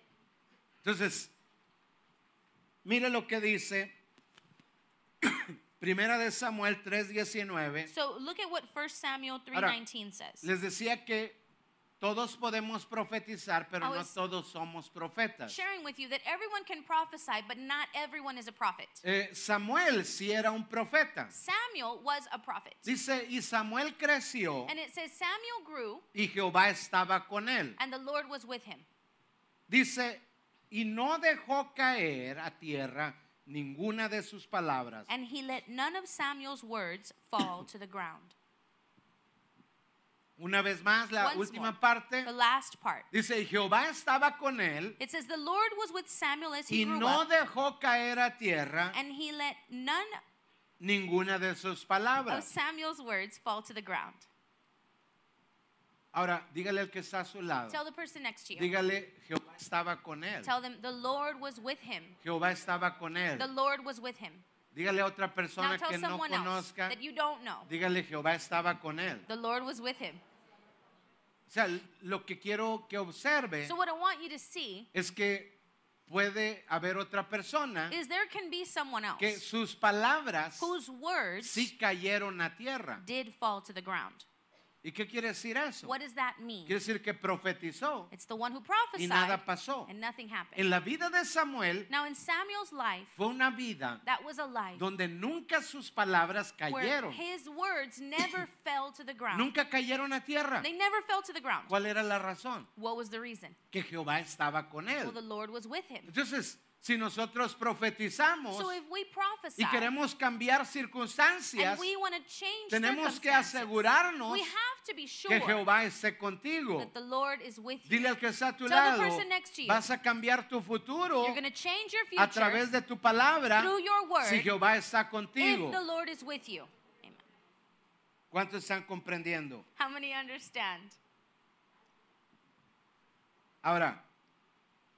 Entonces, mire lo que dice Primera de Samuel 3:19.
So look at what 1 Samuel
Ahora,
3:19 says.
Les decía que todos podemos profetizar, pero
I
no
was
todos somos profetas.
Sharing with you that everyone can prophesy, but not everyone is a prophet.
Eh, Samuel sí era un profeta.
Samuel was a prophet.
Dice, y Samuel creció
And it says Samuel grew
y Jehová estaba con él.
and the Lord was with him.
Dice, y no dejó caer a tierra ninguna de sus palabras.
And he let none of Samuel's words fall to the ground.
Una vez más, la
Once
última
more,
parte.
The last part.
Dice, y Jehová estaba con él
It says the Lord was with Samuel as
y
he grew
no
up,
dejó caer a tierra
and he let none
ninguna de sus
of Oh,
palabras.
Samuel's words fall to the ground.
Ahora, dígale al que está a su lado.
Tell the person next to you.
Dígale, Jehová estaba con él.
Tell them the Lord was with him.
Jehová estaba con él.
The Lord was with him.
Dígale a otra
Now
persona
tell
que no
someone else
conozca.
that you don't know.
Dígale, Jehová estaba con él.
The Lord was with him.
O sea, lo que quiero que observe
So what I want you to see
es que puede haber otra persona
is there can be someone
que
else
sus palabras
whose words
sí cayeron a tierra.
did fall to the ground.
¿Y qué quiere decir eso?
What does that
Quiere
mean?
decir que profetizó
It's the one who
y
prophesied
nada pasó.
and nothing
En
happened.
la vida de Samuel
Now in Samuel's life,
fue una vida
that was a life
donde nunca sus palabras
where
cayeron.
his words never fell to the ground.
Nunca cayeron a tierra.
They never fell to the ground.
¿Cuál era la razón?
What was the reason?
Que Jehová estaba con
Well, the
él.
Lord was with him.
Entonces, si nosotros profetizamos
So if we prophesy
y queremos cambiar circunstancias,
and we want to change
tenemos que
circumstances,
asegurarnos
we have to be sure
que Jehová esté contigo.
that the Lord is with you.
Dile al que está a tu
Tell the
lado,
person next to you,
vas a cambiar tu futuro
You're going to change your
a
future
través de tu palabra
through your word
si Jehová está
if
contigo.
the Lord is with you. Amen.
¿Cuántos están comprendiendo?
How many understand?
Ahora,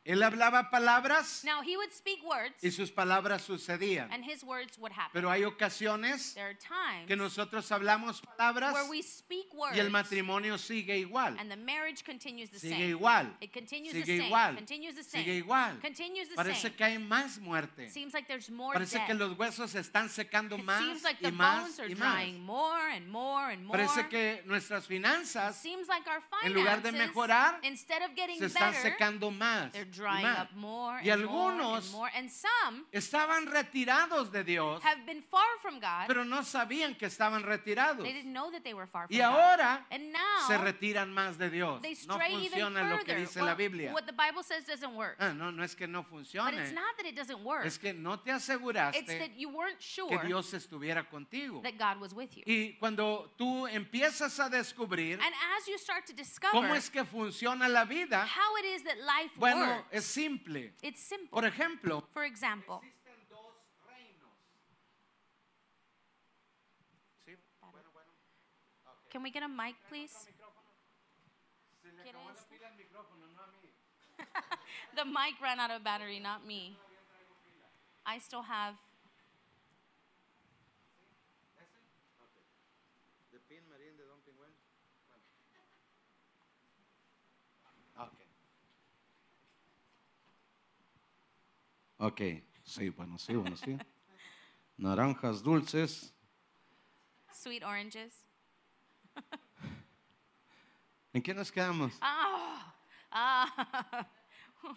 él hablaba palabras
Now, he would speak words
y sus palabras sucedían.
and his words would happen.
Pero hay ocasiones
There are times
que nosotros hablamos palabras
where we speak words
y el matrimonio sigue igual.
and the marriage continues the
Sigue
same.
igual.
It continues the
Sigue
same.
igual.
Continues the same.
Sigue igual.
Continues the same.
Parece que hay más muerte.
Seems like there's more
Parece
death.
que los huesos se están secando
it
más
seems like
y
the
más
bones are
y más.
drying more and more and more.
Parece que nuestras
it
finanzas
seems like our
en
finances,
lugar de mejorar,
instead of getting
se están
better,
secando más.
they're
y
drying
más.
up more
Y
and more
algunos
and more. And some
Estaban retirados de Dios,
have been far from God.
pero no sabían que estaban retirados.
they didn't know that they were far from
Y
God.
ahora
And now
se retiran más de Dios.
they
No
stray even
funciona
further.
lo que dice
Well,
la Biblia.
What the Bible says doesn't work.
Ah, no, no es que no
but it's
funcione.
not that it doesn't work.
Es que no te
it's that
aseguraste
you weren't sure
que Dios estuviera contigo.
that God was with you.
Y cuando tú empiezas a descubrir
and as you start to discover
cómo es que funciona la vida,
how it is that life
bueno,
works,
es simple.
it's simple.
Por ejemplo,
For example,
existen dos reinos. Sí, bueno, bueno.
can we get a mic, please?
Se le
¿Quiere
acabó la
este?
pila al micrófono, no a mí.
The mic ran out of battery, not me. I still have.
¿Ese? Ok. ¿De Pin Marín de Don Pingüén? Bueno. Ok. Ok. Sí, bueno, sí, bueno, sí. Naranjas dulces.
Sweet oranges.
¿En qué nos quedamos?
Oh, ah.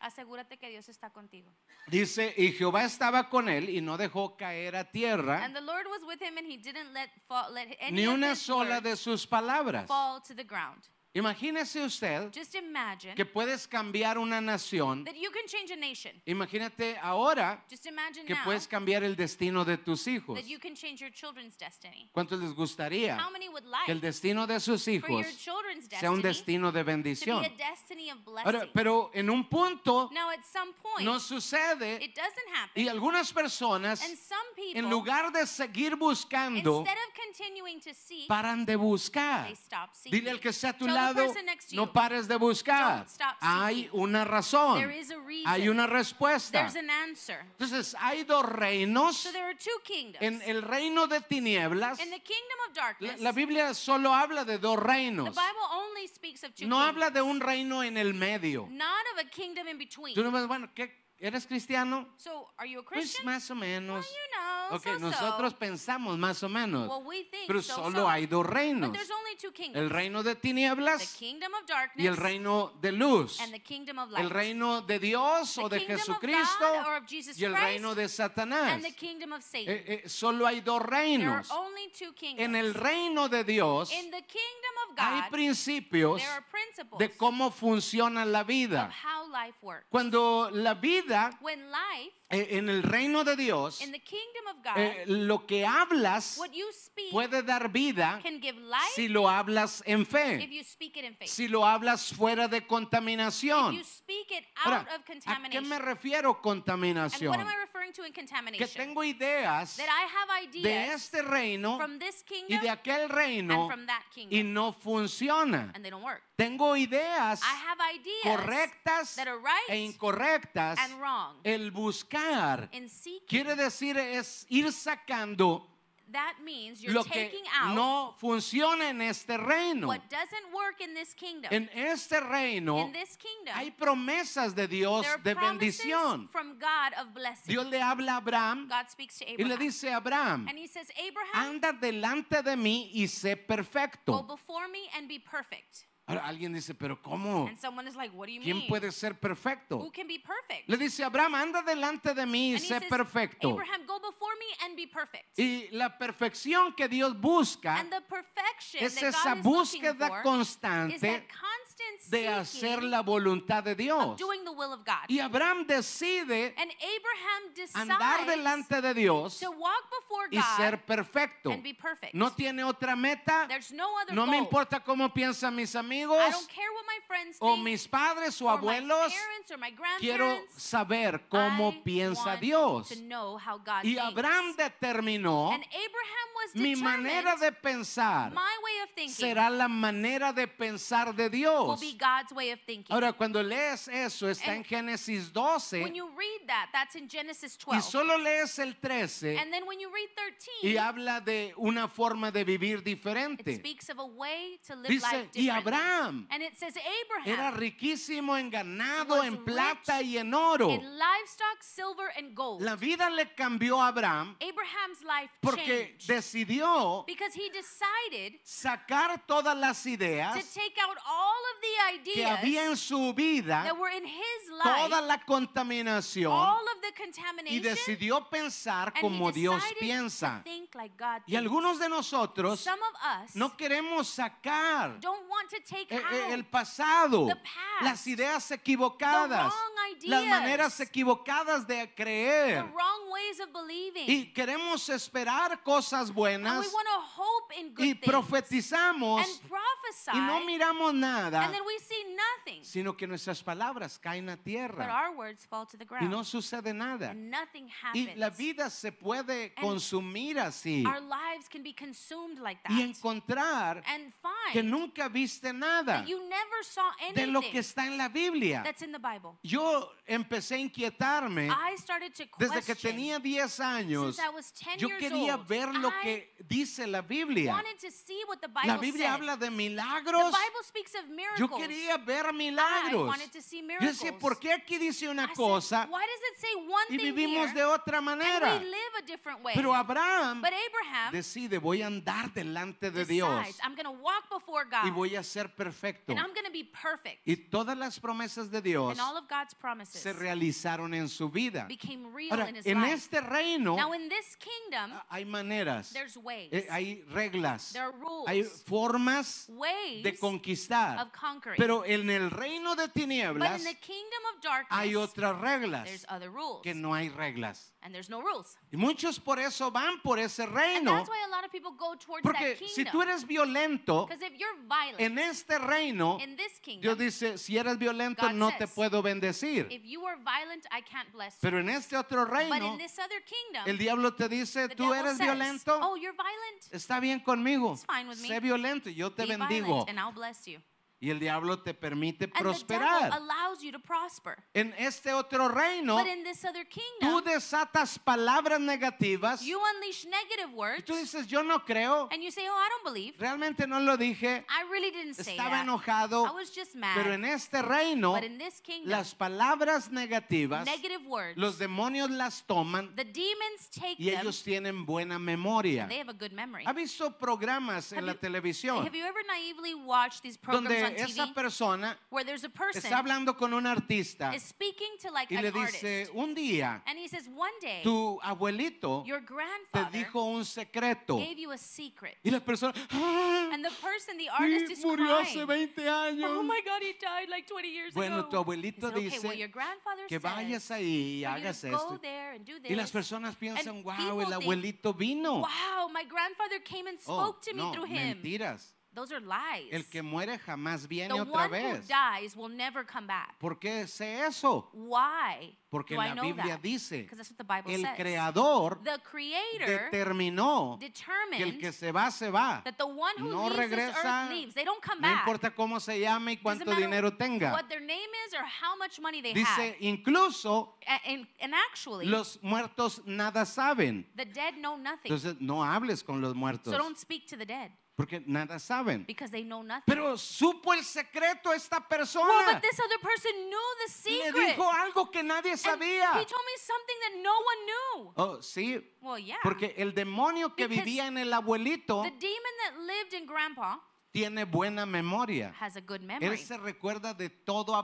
Asegúrate que Dios está contigo.
Dice, y Jehová estaba con él y no dejó caer a tierra
And the Lord was with him, and he didn't let fall, let
Ah.
any
ni
of
una
his
sola
words
de sus palabras.
fall to the ground.
Imagínese usted
Just imagine
que puedes cambiar una nación.
that you can change a nation.
Imagínate ahora
Just imagine
que
now
puedes cambiar el destino de tus hijos.
that you can change your children's destiny.
¿Cuántos les gustaría
How many would
que el
like
destino de sus
for your
hijos
children's
sea un
destiny
destino de
to be
bendición?
a destiny of
Ahora,
blessing?
pero en un punto
Now, at some
no
point,
sucede
it doesn't
y
happen.
algunas personas
And some
en
people,
lugar de seguir buscando
instead of continuing to seek,
paran de buscar.
they stop seeking.
Dile al que está a tu
Tell the
lado,
person next to
no
you,
pares de buscar.
"Don't stop
Hay
seeking."
una razón,
There is a reason.
hay una respuesta.
There's an answer.
Entonces, hay dos reinos.
So there are two kingdoms.
En el reino de tinieblas,
In the kingdom of
la,
darkness,
la Biblia solo habla de dos
the
reinos.
Bible only speaks of two
No habla de un
kingdoms,
reino en el medio.
not of a kingdom in between.
Tú nomás, bueno, ¿qué? ¿Eres cristiano?
So, are you a
Pues
Christian?
más o menos.
Well, you know,
Ok,
so,
nosotros
so.
pensamos más o menos.
Well, we think
Pero
so,
solo
so.
hay dos
But
reinos.
there's only two kingdoms.
El reino de
the
tinieblas
kingdom of darkness
y el reino de luz.
and the kingdom of light.
El reino de Dios
The
o de
kingdom of
Jesucristo
God or of Jesus
y el
Christ
reino de Satanás.
and the kingdom of Satan.
Eh, eh, solo hay dos
there are
reinos.
only two kingdoms.
En el reino de Dios
In the kingdom of
hay
God,
principios
there are principles
de cómo funciona la
of
vida.
how life works.
Cuando la vida
when life
eh, en el reino de Dios,
in the kingdom of God,
eh, lo que hablas
what you speak
puede dar vida
can give life
si lo hablas en
if
fe,
you speak it in faith.
si lo hablas fuera de
if
contaminación.
you speak it out
Ahora,
of
¿a qué
contamination.
me refiero
and what
contaminación?
am I referring to in
que
contamination.
tengo ideas
That I have
de
ideas
este reino
from this
y de
kingdom
aquel reino
and from that
y
kingdom,
no funciona.
and they don't work.
Tengo ideas
I have ideas
correctas
that are right
e incorrectas.
and wrong.
El buscar
In seeking,
quiere decir es ir sacando
that means you're
lo que
taking out
no funciona en este reino.
what doesn't work in this kingdom.
En este reino
in this kingdom,
hay promesas de Dios
there are
de
promises
bendición.
from God of blessing.
Dios le habla a Abraham
God speaks to
y le
Abraham.
dice, Abraham,
and he says, Abraham,
anda delante de mí y sé
go
perfecto.
before me and be perfect.
Ahora alguien dice, pero ¿cómo?
And someone is like, What do you
Oh. ¿Quién
mean?
puede ser
Who
perfecto?
can be perfect?
Le dice, Abraham, anda delante de mí y
and he
sé
says,
perfecto.
Abraham, go before me and be perfect.
Y la perfección que Dios busca
and the perfection
es
that
esa
God is looking
búsqueda
for is that
constante
constant
de
seeking
hacer la voluntad de
of
Dios.
doing the will of God.
Y Abraham decide
and Abraham decides
andar delante de Dios
to walk before
y
God
ser perfecto.
and be perfect.
No tiene otra meta.
There's no other
No me
goal.
importa cómo piensan mis
I don't
amigos
care what my friends
o
think,
mis padres o
or my
abuelos.
parents or my
Quiero
grandparents.
saber cómo
I
piensa
want
Dios.
to know how God
Y
thinks.
Abraham determinó
and Abraham was
mi
determined
manera de pensar
my way of thinking
será la manera de pensar de
will
Dios.
be God's way of thinking.
Ahora, cuando lees eso, está en
And
Génesis
when
12
you read that, that's in Genesis
y
12.
solo lees el 13
and then when you read 13,
y habla de una forma de vivir
it
diferente.
speaks of a way to live
Dice,
life
y
differently.
Abraham
and it says
era
Abraham
riquísimo en ganado,
was
en
rich
plata y en oro.
in livestock, silver, and gold.
La vida le cambió a Abraham
Abraham's life
porque
changed
decidió
because he decided
sacar todas las
to
ideas
take out all of the
que había en
ideas
su vida,
that were in his
toda
life,
la contaminación
all of the
y
contamination,
decidió pensar
and he
como Dios
decided
piensa.
to think like God
Y
thinks.
algunos de nosotros
Some of us
no queremos sacar
don't want to take
e-
out
e- el pasado,
the past,
las ideas equivocadas,
the wrong
las
ideas,
maneras equivocadas de
the
creer.
wrong ways of believing.
Y queremos esperar cosas
and
buenas
we want to hope in
y
good things
profetizamos
and prophesy,
y no miramos nada,
and then we see nothing,
sino que nuestras palabras caen a
but
tierra
our words fall to the
y
ground,
no sucede nada.
and nothing
Y
happens.
la vida se puede
And
consumir así
Our lives can be consumed like that,
y encontrar
and find
que nunca viste nada
that you never saw
de
anything
lo que está en la Biblia.
that's in the Bible.
Yo empecé a inquietarme
I started to question
desde que tenía 10 años.
since I was 10
Yo
years
quería
old.
ver lo
I
que dice la Biblia.
wanted to see what the
La
Bible
Biblia
said.
habla de
the
milagros.
Bible speaks of
Yo
miracles.
quería ver
I
milagros.
wanted to see
Yo
miracles.
decía, ¿por qué aquí dice
I
una
said,
cosa
Why does it say one
y
thing
vivimos
here
de otra manera?
and we live a different way?
Pero um, Abraham
but Abraham
decide, voy a andar delante de
decides,
Dios
I'm going to walk before God
y voy a ser perfecto.
and I'm going to be perfect.
Y todas las promesas de Dios
and all of God's promises
se realizaron en su vida.
became real
Ahora,
in his
en
life.
este reino
now in this kingdom,
ah, hay maneras,
there's ways.
eh, hay reglas,
there are rules.
hay formas
ways
de conquistar.
of conquering.
Pero en el reino de
but
tinieblas
in the kingdom of darkness,
hay otras
there's
reglas
other rules.
que no hay reglas.
and there's no rules.
Y muchos por eso van por ese
And
reino.
that's why a lot of people go towards
Porque
that
si tú
kingdom.
eres violento,
Because if you're violent
en este reino,
in this kingdom,
Dios dice, si eres violento
God
no te
says,
puedo bendecir.
if you are violent, I can't bless you.
Pero en este otro
But
reino,
in this other kingdom,
el diablo te dice,
the
tú
devil
eres
says,
violento,
Oh, you're violent.
está bien conmigo.
It's fine with me.
Sé violento y yo te
Be
bendigo.
violent, and I'll bless you.
Y el diablo te permite
And the
prosperar.
devil allows you to prosper.
En este otro reino,
but in this other
tú
kingdom,
desatas palabras negativas.
you unleash negative
Y
words,
tú dices, yo no creo,
and you say, "Oh, I don't believe.
realmente no lo dije,
I really didn't say
estaba
that.
enojado.
I was just mad."
Pero en este reino,
but in this kingdom,
las palabras negativas,
negative words,
los demonios las toman
the demons take
y
them.
ellos tienen buena
and
memoria.
They have a good memory.
¿Ha visto programas en
Have
la
you-
televisión
Have you ever naively watched these programs
donde
on
esa
TV
persona
where there's a person
está hablando con un artista
is speaking to like
y
an
le
artist
dice, un día
and he says one day
tu abuelito
your
te
grandfather
dijo un secreto
gave you a secret
y la persona, "Ah,
and the person the artist
sí,
is
murió hace
crying
20 años.
oh my god he died like 20 years
Bueno,
ago
tu abuelito
He said, okay, well,
dice
your grandfather
que
says
vayas ahí y
for you
hagas
to go
esto.
there and do this
Y las personas piensan,
And
wow,
people
el
think,
abuelito vino.
wow my grandfather came and
Oh,
spoke to me
no,
through him
mentiras.
Those are lies.
El que muere jamás viene
the
otra
one
vez.
who dies will never come back.
¿Por qué sé eso?
Why?
Porque
do I
la
know
Biblia
that?
dice,
Because that's what the Bible
el
says.
creador
the Creator
determinó que el
determined
que se va, se va.
that the one who
No
leaves this
regresa,
earth leaves. They don't come
No
back.
importa cómo se llame y
Doesn't
cuánto
matter
dinero tenga.
What their name is or how much money they have.
Dice, incluso
A- And, and actually,
los muertos nada saben.
the dead know nothing.
Entonces, no hables con los
so
muertos,
don't speak to the dead
porque nada saben.
because they know nothing.
Pero supo el secreto esta
well,
persona.
but this other person knew the
Le
secret.
dijo algo que nadie
and
sabía.
He told me something that no one knew.
Oh, sí,
Well, yeah.
porque el demonio que
Because
vivía en el abuelito
the demon that lived in Grandpa
tiene buena memoria.
has a good memory.
Él se recuerda de todo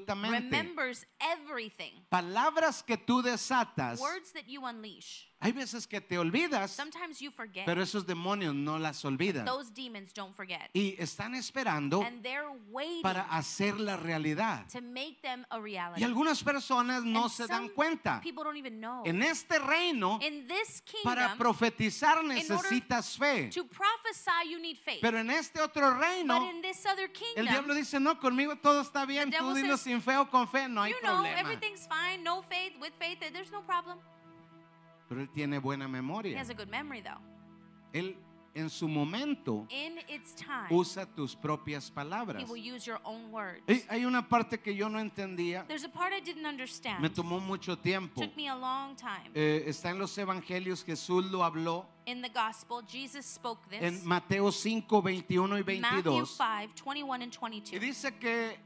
absolutamente.
Remembers everything.
Palabras que tú desatas.
Words that you unleash.
Hay veces que te olvidas,
Sometimes you forget.
pero esos demonios no las olvidan.
Those demons don't forget.
Y están esperando
And they're waiting
para hacer la realidad.
to make them a reality.
Y algunas personas no
And
se
some
dan cuenta.
People don't even know.
En este reino,
In this
para
kingdom,
profetizar
order
necesitas fe.
to prophesy, you need faith.
Pero en este otro
but
reino,
in this other
el
kingdom,
diablo dice, no, conmigo todo está bien,
The
tú
devil
dilo
says,
sin fe o con fe, no hay
you know,
problema.
everything's fine. No faith, with faith, there's no problem.
Pero él tiene buena
He
memoria.
has a good memory, though.
Él en su momento
In its time,
usa tus propias palabras.
he will use your own words.
Hay- Hay una parte que yo no entendía,
There's a part I didn't understand.
me tomó mucho tiempo.
Took me a long time.
Eh, está en los evangelios, Jesús lo habló
In the gospel, Jesus spoke this.
en Mateo 5, 21 y
Matthew
22.
5, 21 and 22.
Y dice que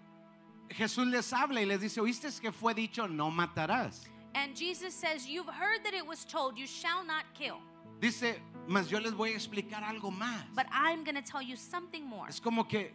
Jesús les habla y les dice, oíste que fue dicho, no matarás.
And Jesus says, You've heard that it was told, you shall not kill.
Dice, mas yo les voy a explicar algo más.
But I'm going to tell you something more.
Es como que,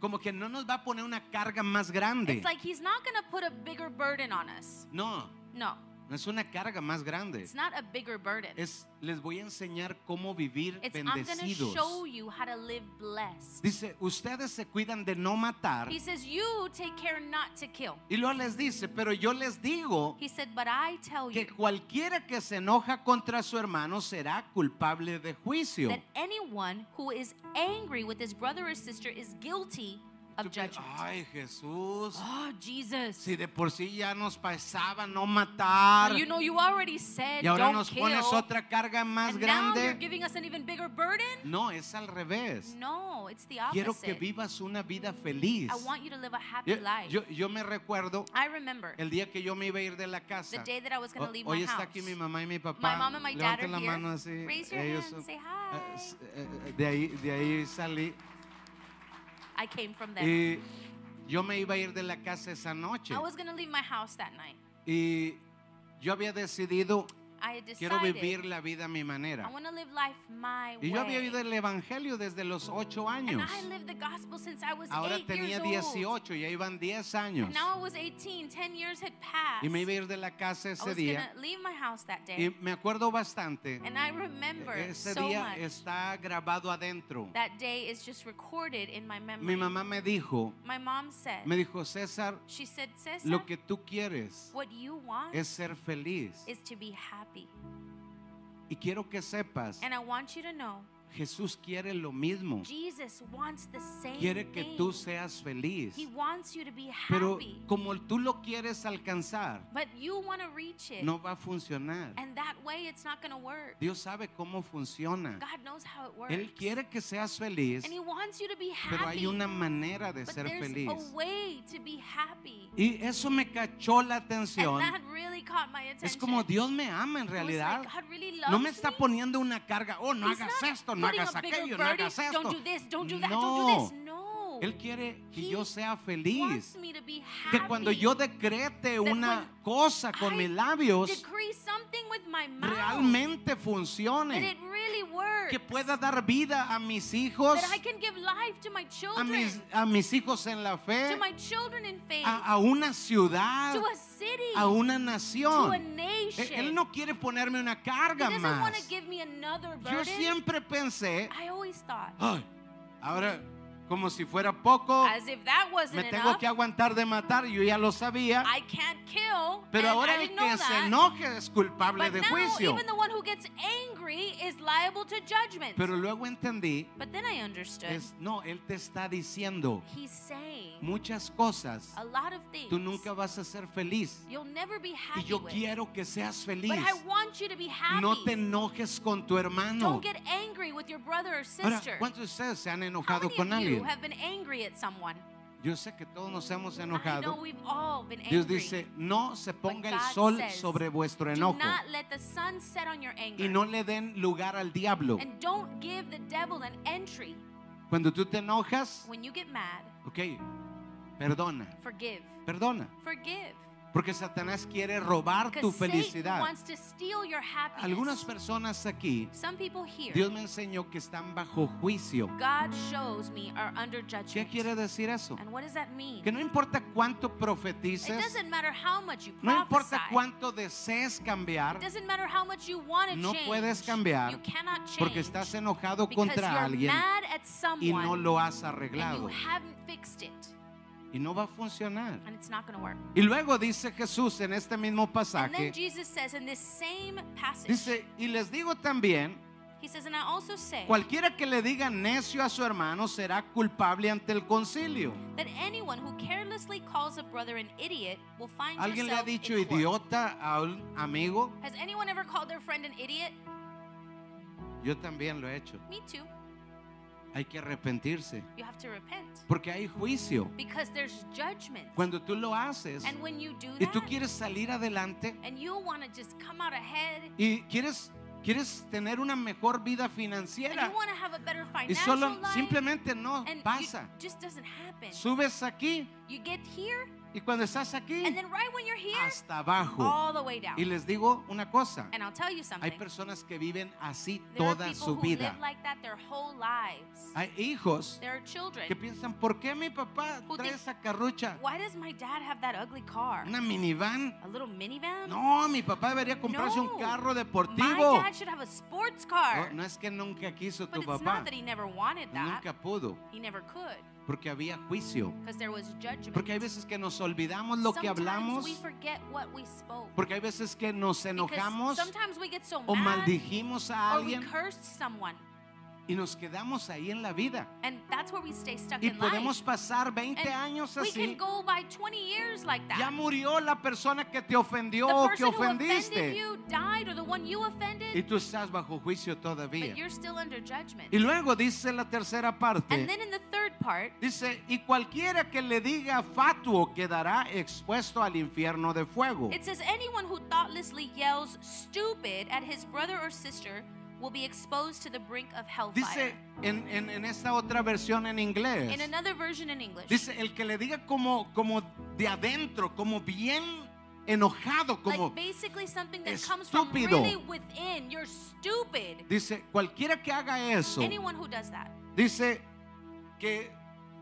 como que no nos va a poner una carga más grande.
It's like he's not going to put a bigger burden on us.
No,
No,
no es una carga más grande.
it's not a bigger burden.
Es, les voy a enseñar cómo vivir
It's I'm going to
bendecidos.
show you how to live blessed.
Dice, ustedes se cuidan de no matar.
He says, You take care not to kill.
Y luego les dice, pero yo les digo
He said, But I tell you
que cualquiera que se enoja contra su hermano será culpable de juicio.
that anyone who is angry with his brother or sister is guilty
Tú piensas,
of judgment.
Ay, Jesús.
Oh, Jesus.
Si de por sí ya nos pasaba no matar.
You know, you already said,
Y ahora
Don't
nos
kill.
pones otra carga más
and now you're
grande.
giving us an even bigger burden?
No, es al revés.
No, it's the
Quiero que
opposite.
vivas una vida feliz.
I want you to live a happy
Yo,
life.
yo- yo me recuerdo
I remember
el día que yo me iba a ir de la
the
casa.
day that I was going
O-
to leave
hoy
my
está
house.
aquí mi mamá y mi papá.
My mom and my dad
Levanten
are
la
here.
mano así.
Raise your
Ellos
hand,
son-
say
eh,
hi.
s- eh, eh, de ahí, de ahí salí.
I came from there.
Y yo me iba a ir de la casa esa noche.
I was going to leave my house that night.
Y yo había decidido,
I had decided
quiero vivir la vida a mi
I
manera.
want to live life my
Y yo había oído
way.
el evangelio desde los 8
And
años.
I lived the gospel since I was
Ahora
eight
tenía
years old.
18, ya iban 10 años.
And now I was 18. Ten years had passed.
Y me iba a ir de la casa
I
ese
was
día.
to leave my house that
Y
day.
me acuerdo bastante. e-,
And I remember
Ese
so
día
much.
está grabado adentro.
That day is just recorded in my
Mi
memory.
mamá me dijo,
My mom said,
me dijo, César,
she said, Cesar,
lo que tú quieres
what you want
es ser feliz.
is to be happy.
Y quiero que sepas,
And I want you to know,
Jesús quiere lo mismo.
Jesus wants the same
Quiere que
thing.
tú seas feliz.
He wants you to be
Pero
happy.
como tú lo quieres alcanzar,
but you want to reach it.
no va a funcionar.
And that way it's not going to work.
Dios sabe cómo funciona.
God knows how it works.
Él quiere que seas feliz,
and He wants you to be happy.
pero hay una manera de
but
ser
there's
feliz.
a way to be happy.
Y eso me cachó la
And
atención.
that really caught my attention.
Es como Dios me ama en
I was
realidad.
Like, God really
No
loves
me está
me?
poniendo una carga. Oh, no
He's
hagas
not
esto, no
putting
hagas
a bigger
aquello, no
burden.
hagas esto.
Don't do this, don't do that,
No.
don't do this. No.
Él quiere que
He
yo sea
wants
feliz.
me to be
Que cuando yo
happy.
decrete
That
una
when
cosa con
I
mis labios,
decree something with my mouth
realmente
that it
funcione.
really works.
Que pueda dar vida a mis hijos,
that I can give life to my
a
children,
mis, a mis hijos en la
to
fe,
my children in faith,
a, a una ciudad,
to a city,
a una
to a
nación.
nation.
E- ah, Él no quiere ponerme una carga
he doesn't want
más.
to give me another
Yo
burden.
siempre pensé,
I always thought,
"Ay, ahora Como si fuera poco,
As if that
Oh, me
wasn't
tengo
enough,
que aguantar de matar, yo ya lo sabía.
I can't kill.
Pero
and
ahora
I
el
didn't know
que se
that.
enoje es culpable
but
de
now,
juicio.
even the one who gets angry is liable to judgment.
Pero luego entendí,
but then I understood.
es, no, Él te está diciendo
He's saying
muchas cosas.
a lot of things.
Tú nunca vas a ser feliz.
You'll never be
Y
happy
yo
with.
quiero que seas feliz.
But I want you to be happy.
No te enojes con tu hermano.
Don't get angry with your brother or
Ahora,
sister.
¿cuántos de ustedes se han
How
enojado
many
con
of you
alguien?
have been angry at someone?
Yo sé que todos nos hemos
I know
enojado.
we've all been angry.
Dios dice, no se ponga el
God
sol
says,
sobre vuestro
Do
enojo
not let the sun set on your anger.
y no le den lugar al diablo.
And don't give the devil an entry.
Cuando tú te enojas,
When you get mad,
ok, perdona,
forgive.
perdona.
Forgive.
Porque Satanás quiere robar tu
Because Satan
felicidad.
wants to steal your happiness.
Algunas personas aquí,
Some people here,
Dios me enseñó que están bajo juicio.
God shows me, are under
¿Qué
judgment.
quiere decir eso?
And what does that mean?
Que no importa cuánto
It
profetices,
doesn't matter how much you prophesy.
no importa cuánto desees
It
cambiar,
doesn't matter how much you want to
No
change.
puedes cambiar
you cannot change
porque estás enojado
because you're
contra alguien
mad at
y
someone
no lo has
and you
arreglado.
haven't fixed it
Y no va a funcionar.
and it's not going to work.
Y luego dice Jesús en este mismo
And then
pasaje,
Jesus says in this same passage,
dice, y les digo también,
he says, and I also say
cualquiera que le diga necio a su hermano será culpable ante el concilio.
that anyone who carelessly calls a brother an idiot will find
¿Alguien le ha
yourself
dicho
in court.
idiota a un amigo?
Has anyone ever called their friend an idiot?
Yo también lo he hecho.
Me too.
Hay que arrepentirse.
You have to repent
Porque hay juicio.
because there's judgment.
Cuando tú lo haces
and when you do
y tú
that
quieres salir adelante
and you want to just come out ahead
y quieres, quieres tener una mejor vida
and
financiera
you want to have a better
y
financial
solo
life
simplemente no
and you-
pasa.
just doesn't happen.
Subes aquí
You get here
y cuando estás aquí
and then right when you're here
hasta abajo.
all the way down.
Y les digo una cosa,
And I'll tell you
hay
something.
personas que viven así
There are
toda
people
su
who
vida.
live like that their whole lives.
Hay hijos
There are children.
que piensan, ¿por qué mi papá
Who
trae
think-
esa carrucha?
Why does my dad have that ugly car?
¿Una minivan?
A little minivan?
No, mi papá debería comprarse
No.
un carro
My
deportivo.
dad should have a sports car.
No, no es que nunca quiso
but
tu
it's not
papá,
that he never wanted that.
nunca pudo,
He never could
porque había juicio.
because there was judgment.
Porque hay veces que nos olvidamos lo que
Sometimes
hablamos,
we forget what we spoke.
porque hay veces que nos
Because
enojamos
sometimes we get so
o
mad
maldijimos a
or we
alguien
cursed someone.
y nos quedamos ahí en la vida.
And that's where we stay stuck
Y
in life.
podemos pasar 20
And
años
we can
así.
go by 20 years like that.
Ya murió la persona que te ofendió
the
o
person
que
who offended
ofendiste.
you died, or the one you
Y
offended,
tú estás bajo juicio todavía.
but you're still under judgment.
Y luego dice la tercera parte.
And then in the third part,
Dice, y cualquiera que le diga fatuo quedará expuesto al infierno de fuego.
it says, Anyone who thoughtlessly yells stupid at his brother or sister will be exposed to the brink of hellfire.
Dice en, en- en esta otra versión en inglés.
in another version in English,
Dice, el que le diga como, como de adentro, como bien enojado, como...
like basically something that comes from
estúpido.
really within. You're stupid.
Dice, cualquiera que haga eso,
Anyone who does that.
dice que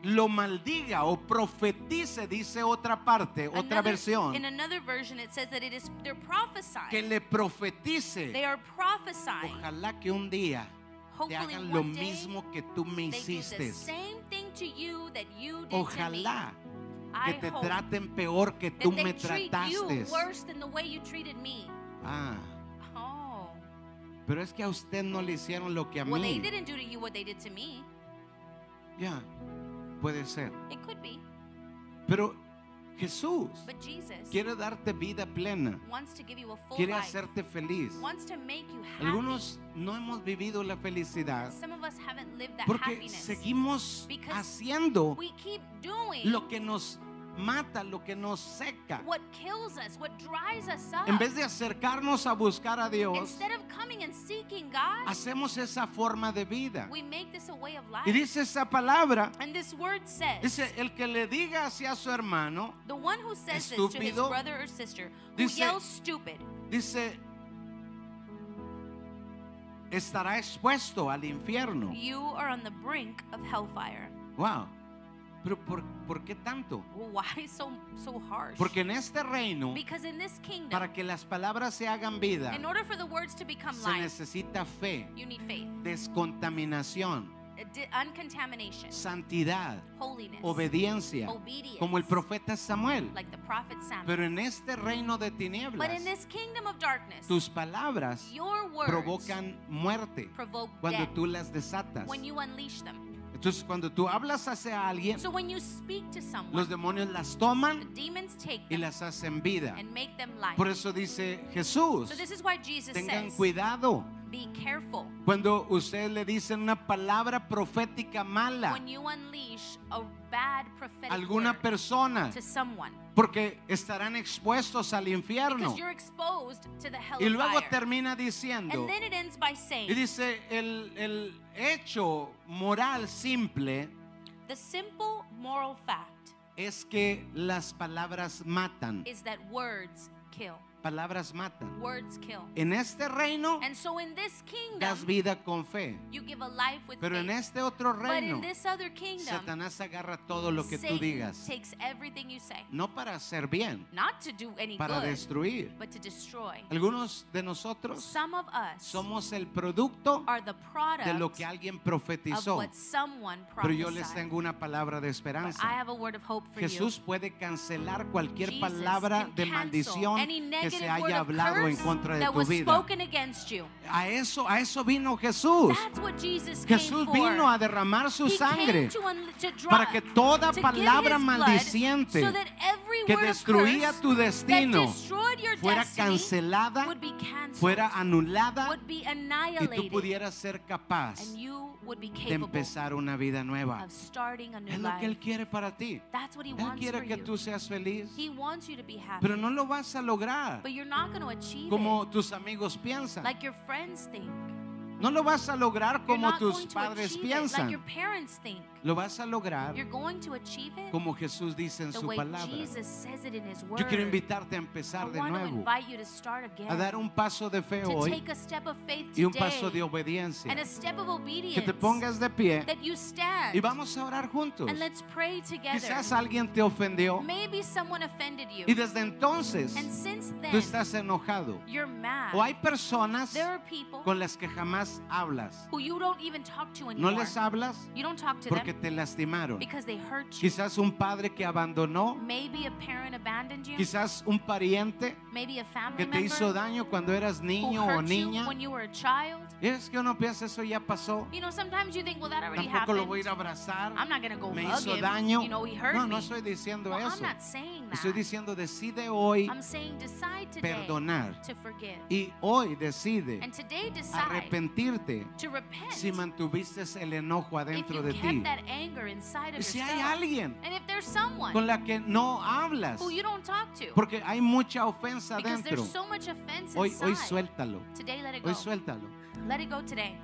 lo maldiga o profetice, dice otra parte, otra
Another-
versión,
In another version, it says that it is they're prophesying.
que le
they
profetice.
are prophesying.
Ojalá que un día te
Hopefully
hagan
one
lo
day,
mismo que tú me
They do the
hiciste.
same thing to you that you did to me.
Ojalá
I
que te
hope
traten peor que
that
tú
they
me
treat
trataste.
you worse than the way you treated me.
Ah,
Oh.
pero es que a usted no le hicieron lo que a
Well, they
mí.
didn't do to you what they did to me.
Ya, puede ser.
It could be.
Pero Jesús
But Jesus
quiere darte vida plena,
wants to give you a full
quiere
life.
hacerte feliz.
Wants to make you happy.
Algunos no hemos vivido la felicidad
Some of us haven't lived that
porque
happiness.
seguimos
Because
haciendo
we keep doing
lo que nos mata, lo que nos seca.
what kills us, what dries us up.
En vez de acercarnos a buscar a Dios,
Instead of coming and seeking God,
hacemos esa forma de vida.
we make this a way of life.
Y dice esa palabra,
and this word says,
dice, el que le diga así a su hermano,
the one who says this to his
Estúpido.
brother or sister, who
Dice-
yells stupid,
dice, estará expuesto al infierno.
you are on the brink of hellfire.
Wow. Pero ¿por, por qué tanto?
Well, why so so harsh?
Porque en este reino,
because in this kingdom,
para que las palabras se hagan vida,
in order for the words to become
se
life,
necesita fe,
you need faith,
descontaminación,
di- uncontamination,
santidad,
holiness,
obediencia,
Obedience.
como el profeta Samuel.
like the prophet Samuel.
Pero en este reino de
But in
tinieblas,
this kingdom of darkness,
tus palabras
your words
provocan muerte
provoke
cuando
death
tú las desatas.
when you unleash them.
Entonces, cuando tú hablas hacia alguien,
So when you speak to someone,
los demonios las
the
toman
demons take
y
them
las hacen vida.
and make them life.
Por eso dice Jesús,
So this is why Jesus
tengan
says,
cuidado.
be careful
Cuando ustedes le dicen una palabra profética mala
when you unleash a bad prophetic
a alguna
word
persona,
to someone
porque estarán expuestos al infierno.
because you're exposed to the hell
Y luego
of fire.
termina diciendo,
And then it ends by
y
saying,
dice, el, el hecho moral simple
the simple moral fact
es que las palabras matan.
is that words kill.
Palabras matan.
Words kill.
En este reino
And so in this
das
kingdom,
vida con fe,
you give a life with
pero en
faith.
este otro
But
reino
in this other kingdom,
Satanás agarra todo lo que tú
Satan
digas,
takes everything you say,
no para hacer bien,
not to do any
para
good,
destruir.
but to destroy.
Algunos de nosotros
Some of us
somos el producto
are the product
de lo que alguien
of
profetizó,
what someone
pero yo les
prophesied.
tengo una palabra de
But I
esperanza.
have a word of hope for
Jesús puede cancelar
you.
cualquier
Jesus
palabra
can
de
cancel
maldición
any
que
negative
se
word
haya
of
hablado en
curse
contra de
that
tu
was
vida.
spoken against you.
A eso, a eso vino Jesús.
That's what Jesus came
Jesús
for.
vino a derramar su
He
sangre
came to un- to draw-
para que toda
to give
palabra
his blood
maldiciente
so that every
que
word of
destruía
curse
tu
that
destino
destroyed your
fuera
destiny
cancelada,
would be canceled,
fuera anulada
would be
y tú
annihilated,
pudieras ser capaz
and you would be
de
capable
empezar una vida nueva.
of starting a new
Es lo
life.
que Él quiere para ti.
That's what he
Él
wants
quiere
for
que
you.
tú seas feliz,
He wants you to be happy.
pero no lo vas a lograr
but you're not going to achieve
como tus amigos
it
piensan.
like your friends think.
No lo vas a lograr
You're
como
not
tus
going to
padres
achieve it like your
piensan.
parents think.
Lo vas a lograr
You're going to achieve it
como Jesús dice en
the
su
way
palabra.
Jesus says it in his word.
Yo quiero invitarte a
I
empezar de
want to
nuevo,
invite you to start again.
a dar un paso de fe
to
hoy
take a step of faith
y
today
un paso de obediencia.
and a step of obedience
Que te pongas de pie
that you stand
y vamos a orar juntos.
and let's pray together
Quizás alguien te ofendió
maybe someone offended you
y desde entonces
and since
tú
then
estás enojado.
you're mad
O hay personas
there are people
con las que jamás hablas.
who you don't even talk to
No
anymore
les hablas
you don't talk to
porque
them
te lastimaron.
because they hurt you
Quizás un padre que abandonó,
maybe a parent abandoned you
quizás un pariente
maybe a family
que te hizo
member
daño cuando eras
who
niño o
hurt you
niña.
when you were a child
Y es que uno piensa eso ya pasó.
you know sometimes you think well that already
Tampoco lo voy a
happened
ir a abrazar.
I'm not gonna go
Me
hug
hizo
him
daño.
you know he hurt
No,
me
no estoy diciendo
well, I'm
eso.
not saying
Estoy
that
diciendo decide hoy
I'm saying decide today
perdonar
to forgive.
y hoy decide
And today decide
arrepentirte
to repent
si mantuviste el enojo
if
adentro
you
de ti.
kept that anger inside of
Y si hay
yourself.
alguien
and if there's
con
someone
la que no hablas,
who you don't talk to
porque hay mucha ofensa
because
adentro,
there's so much offense
hoy, hoy
inside,
suéltalo,
today let it go.
hoy suéltalo,
Let it go today.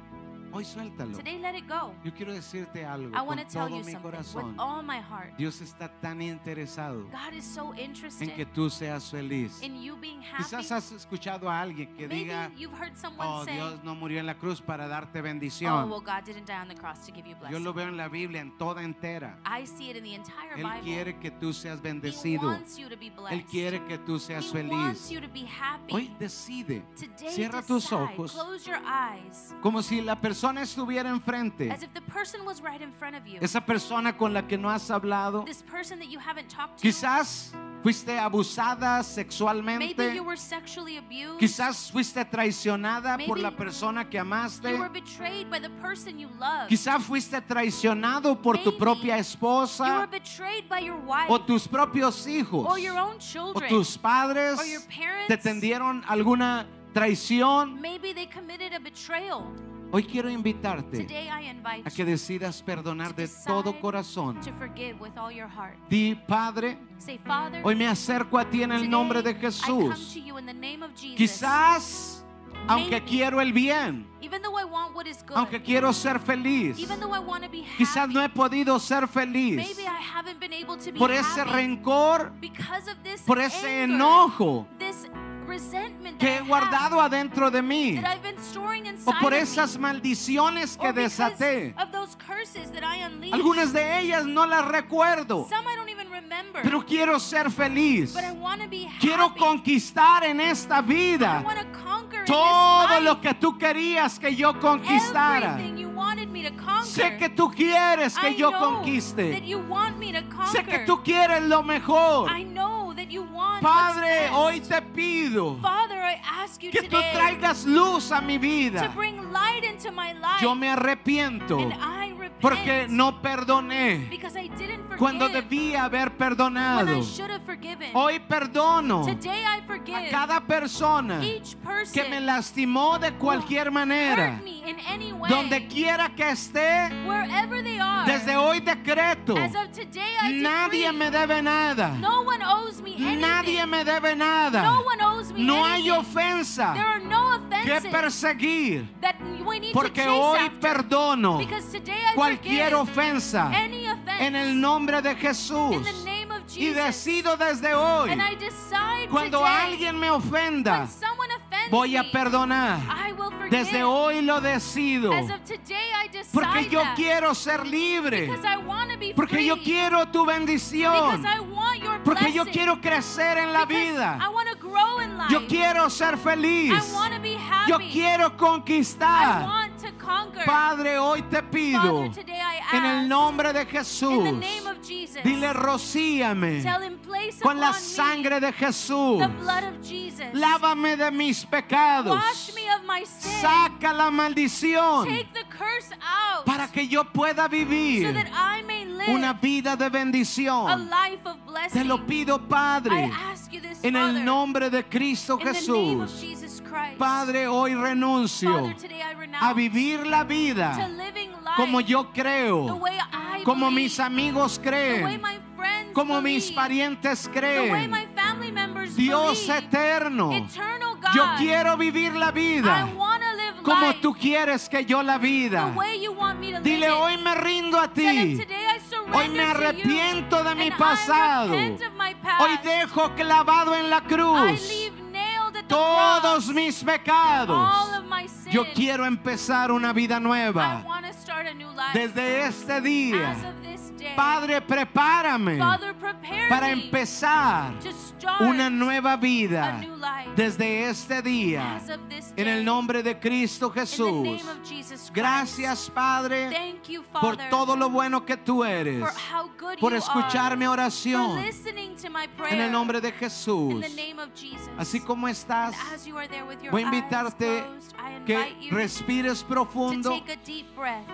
hoy suéltalo.
Today let it go.
Yo quiero decirte algo
I
con
want to tell
todo
you
mi
something
corazón.
with all my heart.
Dios está tan interesado
God is so
en que
interested
tú seas feliz.
in you being happy.
Quizás has escuchado a alguien que
Maybe
diga,
you've heard someone
oh,
say,
Dios no murió en la cruz para darte
"Oh,
bendición.
well, God didn't die on the cross to give you
Yo
blessing."
lo veo en la Biblia, en toda entera.
I see it in the entire
Él
Bible.
quiere que tú seas
He
bendecido.
wants you to be
Él
blessed.
quiere que tú seas
He wants
feliz.
you to be happy.
Hoy decide,
Today
cierra
decide,
tus ojos
Close your eyes.
como si la persona estuviera enfrente.
As if the person was right in front of you.
Esa persona con la que no has hablado.
This person that you haven't talked to.
Quizás fuiste abusada
maybe
sexualmente.
you were sexually abused.
Quizás fuiste traicionada por
Maybe
la persona que
you were
amaste.
betrayed by the person you love.
Quizás fuiste traicionado por tu
Maybe
propia
you were
esposa
betrayed by your wife.
o tus propios hijos.
or your own
o
children.
oh, tus padres
or your parents.
te tendieron alguna traición,
Maybe they committed a betrayal.
hoy quiero invitarte
Today I invite
a que decidas perdonar
you to
de
decide
todo corazón.
to forgive with all your heart.
Di, Padre,
Say, Father,
hoy me acerco a ti en el
today
nombre de
I come
Jesús.
to you in the name of Jesus.
Quizás, aunque
Maybe.
quiero el bien,
Even though I want what is good.
aunque quiero ser feliz,
Even though I want to be
quizás
happy.
no he podido ser feliz
Maybe I haven't been able to be
por ese
happy
rencor,
because of this
por ese
anger,
enojo
this resentment
que he
that I
guardado
have,
adentro de mí,
that I've been storing
o
inside
por
of
esas
me,
maldiciones que
or because
desaté.
of those curses that I unleashed.
Algunas de ellas no las recuerdo,
Some I don't even remember,
pero quiero ser feliz.
but I want to be
Quiero
happy.
conquistar en esta
I
vida
want to conquer in this
todo
life
lo que tú querías que yo conquistara.
everything you wanted me to conquer.
Sé que tú quieres
I
que yo
know that
conquiste.
you want me to conquer.
Sé que tú quieres lo mejor.
I know that you want what's
Padre,
best.
hoy te pido
Father, I ask you
que tú
today
traigas luz a mi
to
vida.
bring light into my life.
Yo me arrepiento
and I repent
porque no perdoné
because I didn't forgive
cuando debía haber
when I
perdonado.
should have forgiven.
Hoy perdono
today I forgive
a cada persona
each person
que me lastimó de
who
cualquier manera.
hurt me in any way.
Donde quiera que esté,
wherever they are.
desde hoy decreto,
as of today I
nadie
decree,
me debe nada.
no one owes me anything.
Nadie me debe nada.
no one owes me
No hay
anything. There
ofensa
are no
que
offenses
perseguir.
that we need to
Porque
chase
hoy
after.
perdono
Because today I
cualquier
forgive
ofensa
any offense
en el nombre de
in
Jesús.
the name of
Y
Jesus.
decido desde hoy,
and I decide
cuando
today,
alguien me ofenda,
when someone offends
voy a
me,
perdonar.
I will forgive.
Desde hoy lo decido.
As of today, I decide
Porque yo
that.
quiero ser libre.
Because I want to be
Porque
free.
yo quiero tu
Because
bendición.
I want your
Porque
blessing.
yo quiero crecer en la
Because I
vida.
want to grow in life.
Yo quiero ser feliz.
I want to be happy.
Yo quiero
I
conquistar.
want to conquer.
Padre, hoy te
Father,
pido.
today I ask,
En el nombre de
in
Jesús.
the name of Jesus,
Dile, rocíame
tell him, place
con la
upon
sangre de
me
Jesús.
the blood of Jesus.
Lávame de mis pecados.
Wash me of my sin.
Saca la maldición
Take the curse out
para que yo pueda
so
vivir
that I may live
una vida de
a
bendición.
life of blessing.
Te lo pido,
I
Padre,
ask you this,
en
Father,
el nombre de Cristo
in the name of
Jesús.
Jesus Christ.
Padre, hoy renuncio
Father, today I renounce
a vivir la
to
vida
living life
como yo
the
creo,
way I
como
believe,
mis amigos
the way
creen,
my friends
como
believe,
mis parientes
the way
creen.
my family members
Dios
believe.
eterno,
Eternal God,
yo quiero vivir la vida
I wanna live
como
life
tú quieres que yo la vida.
the way you want me to
Dile,
live
hoy me rindo a
it. Tell him,
ti.
today I surrender
Hoy me arrepiento
to you,
de mi
and I
pasado.
repent of my past.
Hoy dejo clavado en la
I
cruz
leave nailed at the
todos
cross
mis
all
pecados.
of my sin.
Yo quiero empezar una vida
I
nueva
want to start a new life.
desde este
As
día.
of this day,
Padre, prepárame
Father, prepare
para
me
empezar
to start
una nueva vida
a new life.
desde este día.
As of this
En el
day,
nombre de Cristo
in the
Jesús.
name of Jesus Christ.
Gracias, Padre,
Thank you,
por
Father,
todo lo bueno que tú eres,
for how good
por
you
escuchar mi
are, for
oración.
listening to my prayer.
En el nombre de
in
Jesús.
the name of Jesus.
Así como
And
estás,
as you are there with your
voy a
eyes
invitarte
closed, I
que
invite you
respires
to
profundo
take a deep breath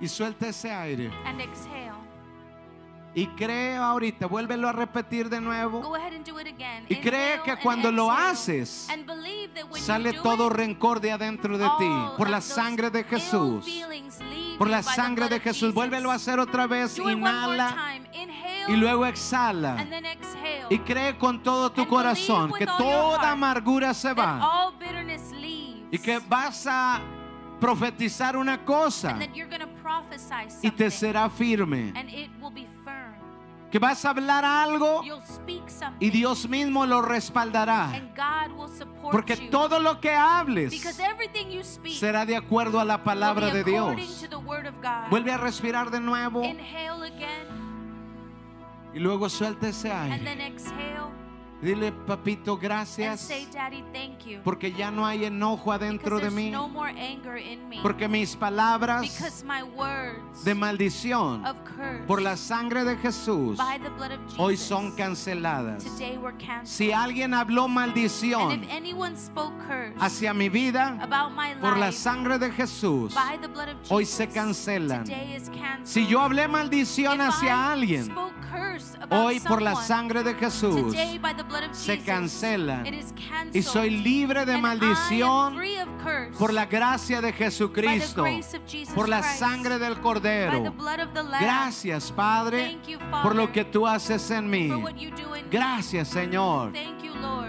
y suelta ese aire.
and exhale.
Y cree ahorita, vuélvelo a repetir de nuevo.
Go ahead and do it again.
Y cree
Inhale
que
and
cuando lo
exhale.
haces,
And believe that when
Sale
you do
todo
it,
rencor de adentro de ti
all
por
of
la
those
sangre de
ill
Jesús.
feelings leave
Por
you
la
by the
sangre
blood
de
of
Jesús.
Jesus.
Vuélvelo a hacer otra vez.
Do it one more
Inhala
time. Inhale
y luego exhala.
and then exhale.
Y cree con todo tu
And believe
corazón
with
que
all your
toda
heart
amargura se
that
va
all bitterness leaves.
y que vas a profetizar una cosa
and that you're going to prophesy something.
y te será firme.
and it will be firm.
Que vas a hablar algo
You'll speak something.
Oh, y Dios mismo lo respaldará.
and God will support
Porque
you.
todo lo que hables
because everything you speak
será de acuerdo a la palabra
will be
de
according
Dios.
to the word of God.
Vuelve a respirar de nuevo
Inhale again
y luego suelta ese
and then
aire.
exhale
Dile, papito,
and
gracias
say, Daddy, thank you.
porque ya no hay enojo adentro
because
de
there's
mí,
no more anger in me.
porque mis palabras
because my words
de maldición
of curse
por la sangre de Jesús
by the blood of Jesus
hoy son canceladas.
today were canceled.
Si alguien habló
and
maldición
if anyone spoke curse
hacia mi vida
about my
por la
life
sangre de Jesús,
by the blood of Jesus
hoy se cancelan.
today is canceled.
si yo hablé maldición
If
hacia
I
alguien,
spoke curse about
hoy por la
someone,
sangre de Jesús
today by the blood of
se
Jesus,
cancelan.
it is canceled.
y soy libre de
And I am
maldición
free of curse
por la gracia de
by the
Jesucristo,
grace of Jesus
por la
Christ,
sangre del
by the
Cordero.
blood of the Lamb,
Gracias, Padre,
Thank you,
por lo
Father,
que tú haces en mí.
for what you do in me.
Gracias, Señor.
Thank you, Lord.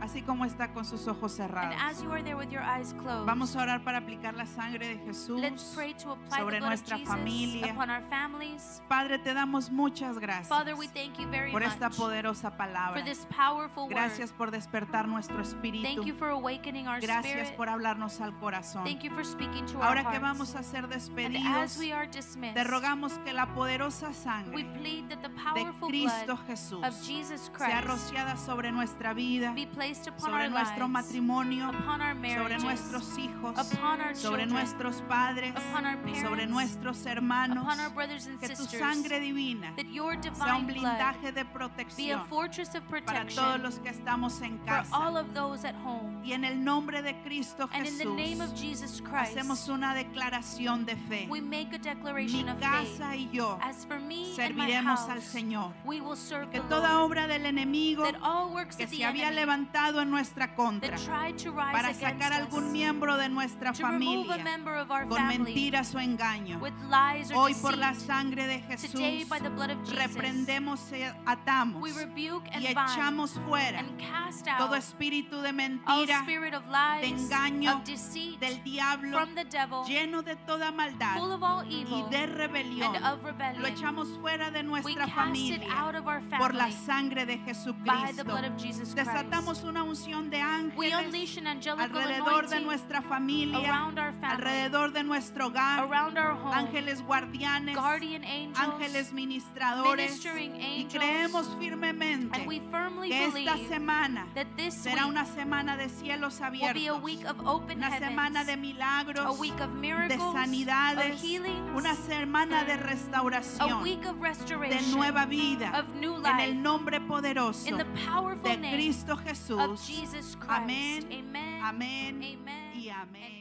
Así como está con sus ojos
And as
cerrados.
you are there with your eyes closed,
Vamos a orar para aplicar la sangre de Jesús.
let's pray to apply the blood
sobre
of
nuestra
Jesus
familia.
upon our families.
Padre, te damos muchas gracias
Father, we thank you very
por esta
much
poderosa
for
palabra.
this powerful
Gracias
word.
por despertar nuestro espíritu.
Thank you for awakening our
Gracias
spirit.
por hablarnos al corazón.
Thank you for speaking to our
Ahora que
hearts.
vamos a ser
and
despedidos,
as we are dismissed,
te rogamos que la poderosa
we
sangre
plead that the
de
powerful
Cristo
blood
Jesús
of Jesus
sea
Christ
rociada sobre nuestra vida,
be placed placed upon
sobre
our
nuestro
lives,
matrimonio,
upon our
sobre
marriages,
nuestros hijos,
upon our
sobre
children,
nuestros padres,
upon our parents,
sobre nuestros hermanos.
upon our brothers and
Que tu
sisters,
sangre divina
that your
sea un
divine blood
blindaje de
be a
protección
fortress of
para todos
protection
los que estamos en
for all
casa.
of those at home.
Y en el nombre de Cristo
And in the name of
Jesús,
Jesus Christ,
hacemos una declaración de fe.
we make a
Mi
declaration of faith.
casa y yo
As for me and my
serviremos al
house,
Señor.
we will serve
Que
the
toda
Lord.
obra del enemigo
that all works
que
of the
se había
enemy
levantado en nuestra contra
that tried to rise
para
against
sacar
us,
algún miembro de nuestra
to remove a
familia
member of our
con
family
mentiras o engaño.
with lies or
Hoy
deceit,
por la sangre de Jesús
today by the blood of Jesus,
reprendemos, y
we
atamos
rebuke and
y
bind
echamos fuera
and cast out
todo espíritu de
all
mentira
spirit of lies,
engaño,
of deceit,
del diablo
from the devil,
lleno de toda
full
maldad
of all
y
evil
de rebelión.
and of
Lo
rebellion.
echamos fuera de
we
nuestra
cast it
familia
out of our
por la
family
sangre de
by the
Jesucristo.
blood of Jesus Christ.
Desatamos una unción de
We
ángeles
unleash an angelical
alrededor de
anointing
nuestra familia,
around our family,
alrededor de nuestro hogar,
around our home,
ángeles guardianes,
guardian angels,
ángeles ministradores.
ministering
Y
angels,
creemos firmemente
and we firmly
que esta
believe
semana
that this week
será una semana de cielos
will be a
abiertos,
week of open
una semana
heavens,
de
a
milagros,
week of
de
miracles,
sanidades,
of healings,
una semana de
a
restauración,
week of
de
restoration,
nueva vida,
of new
en
life,
el nombre poderoso
in the powerful
de
name
Cristo
of
Jesús.
Jesus Christ.
Amén,
Amen.
Amén
Amen.
y
and
amén.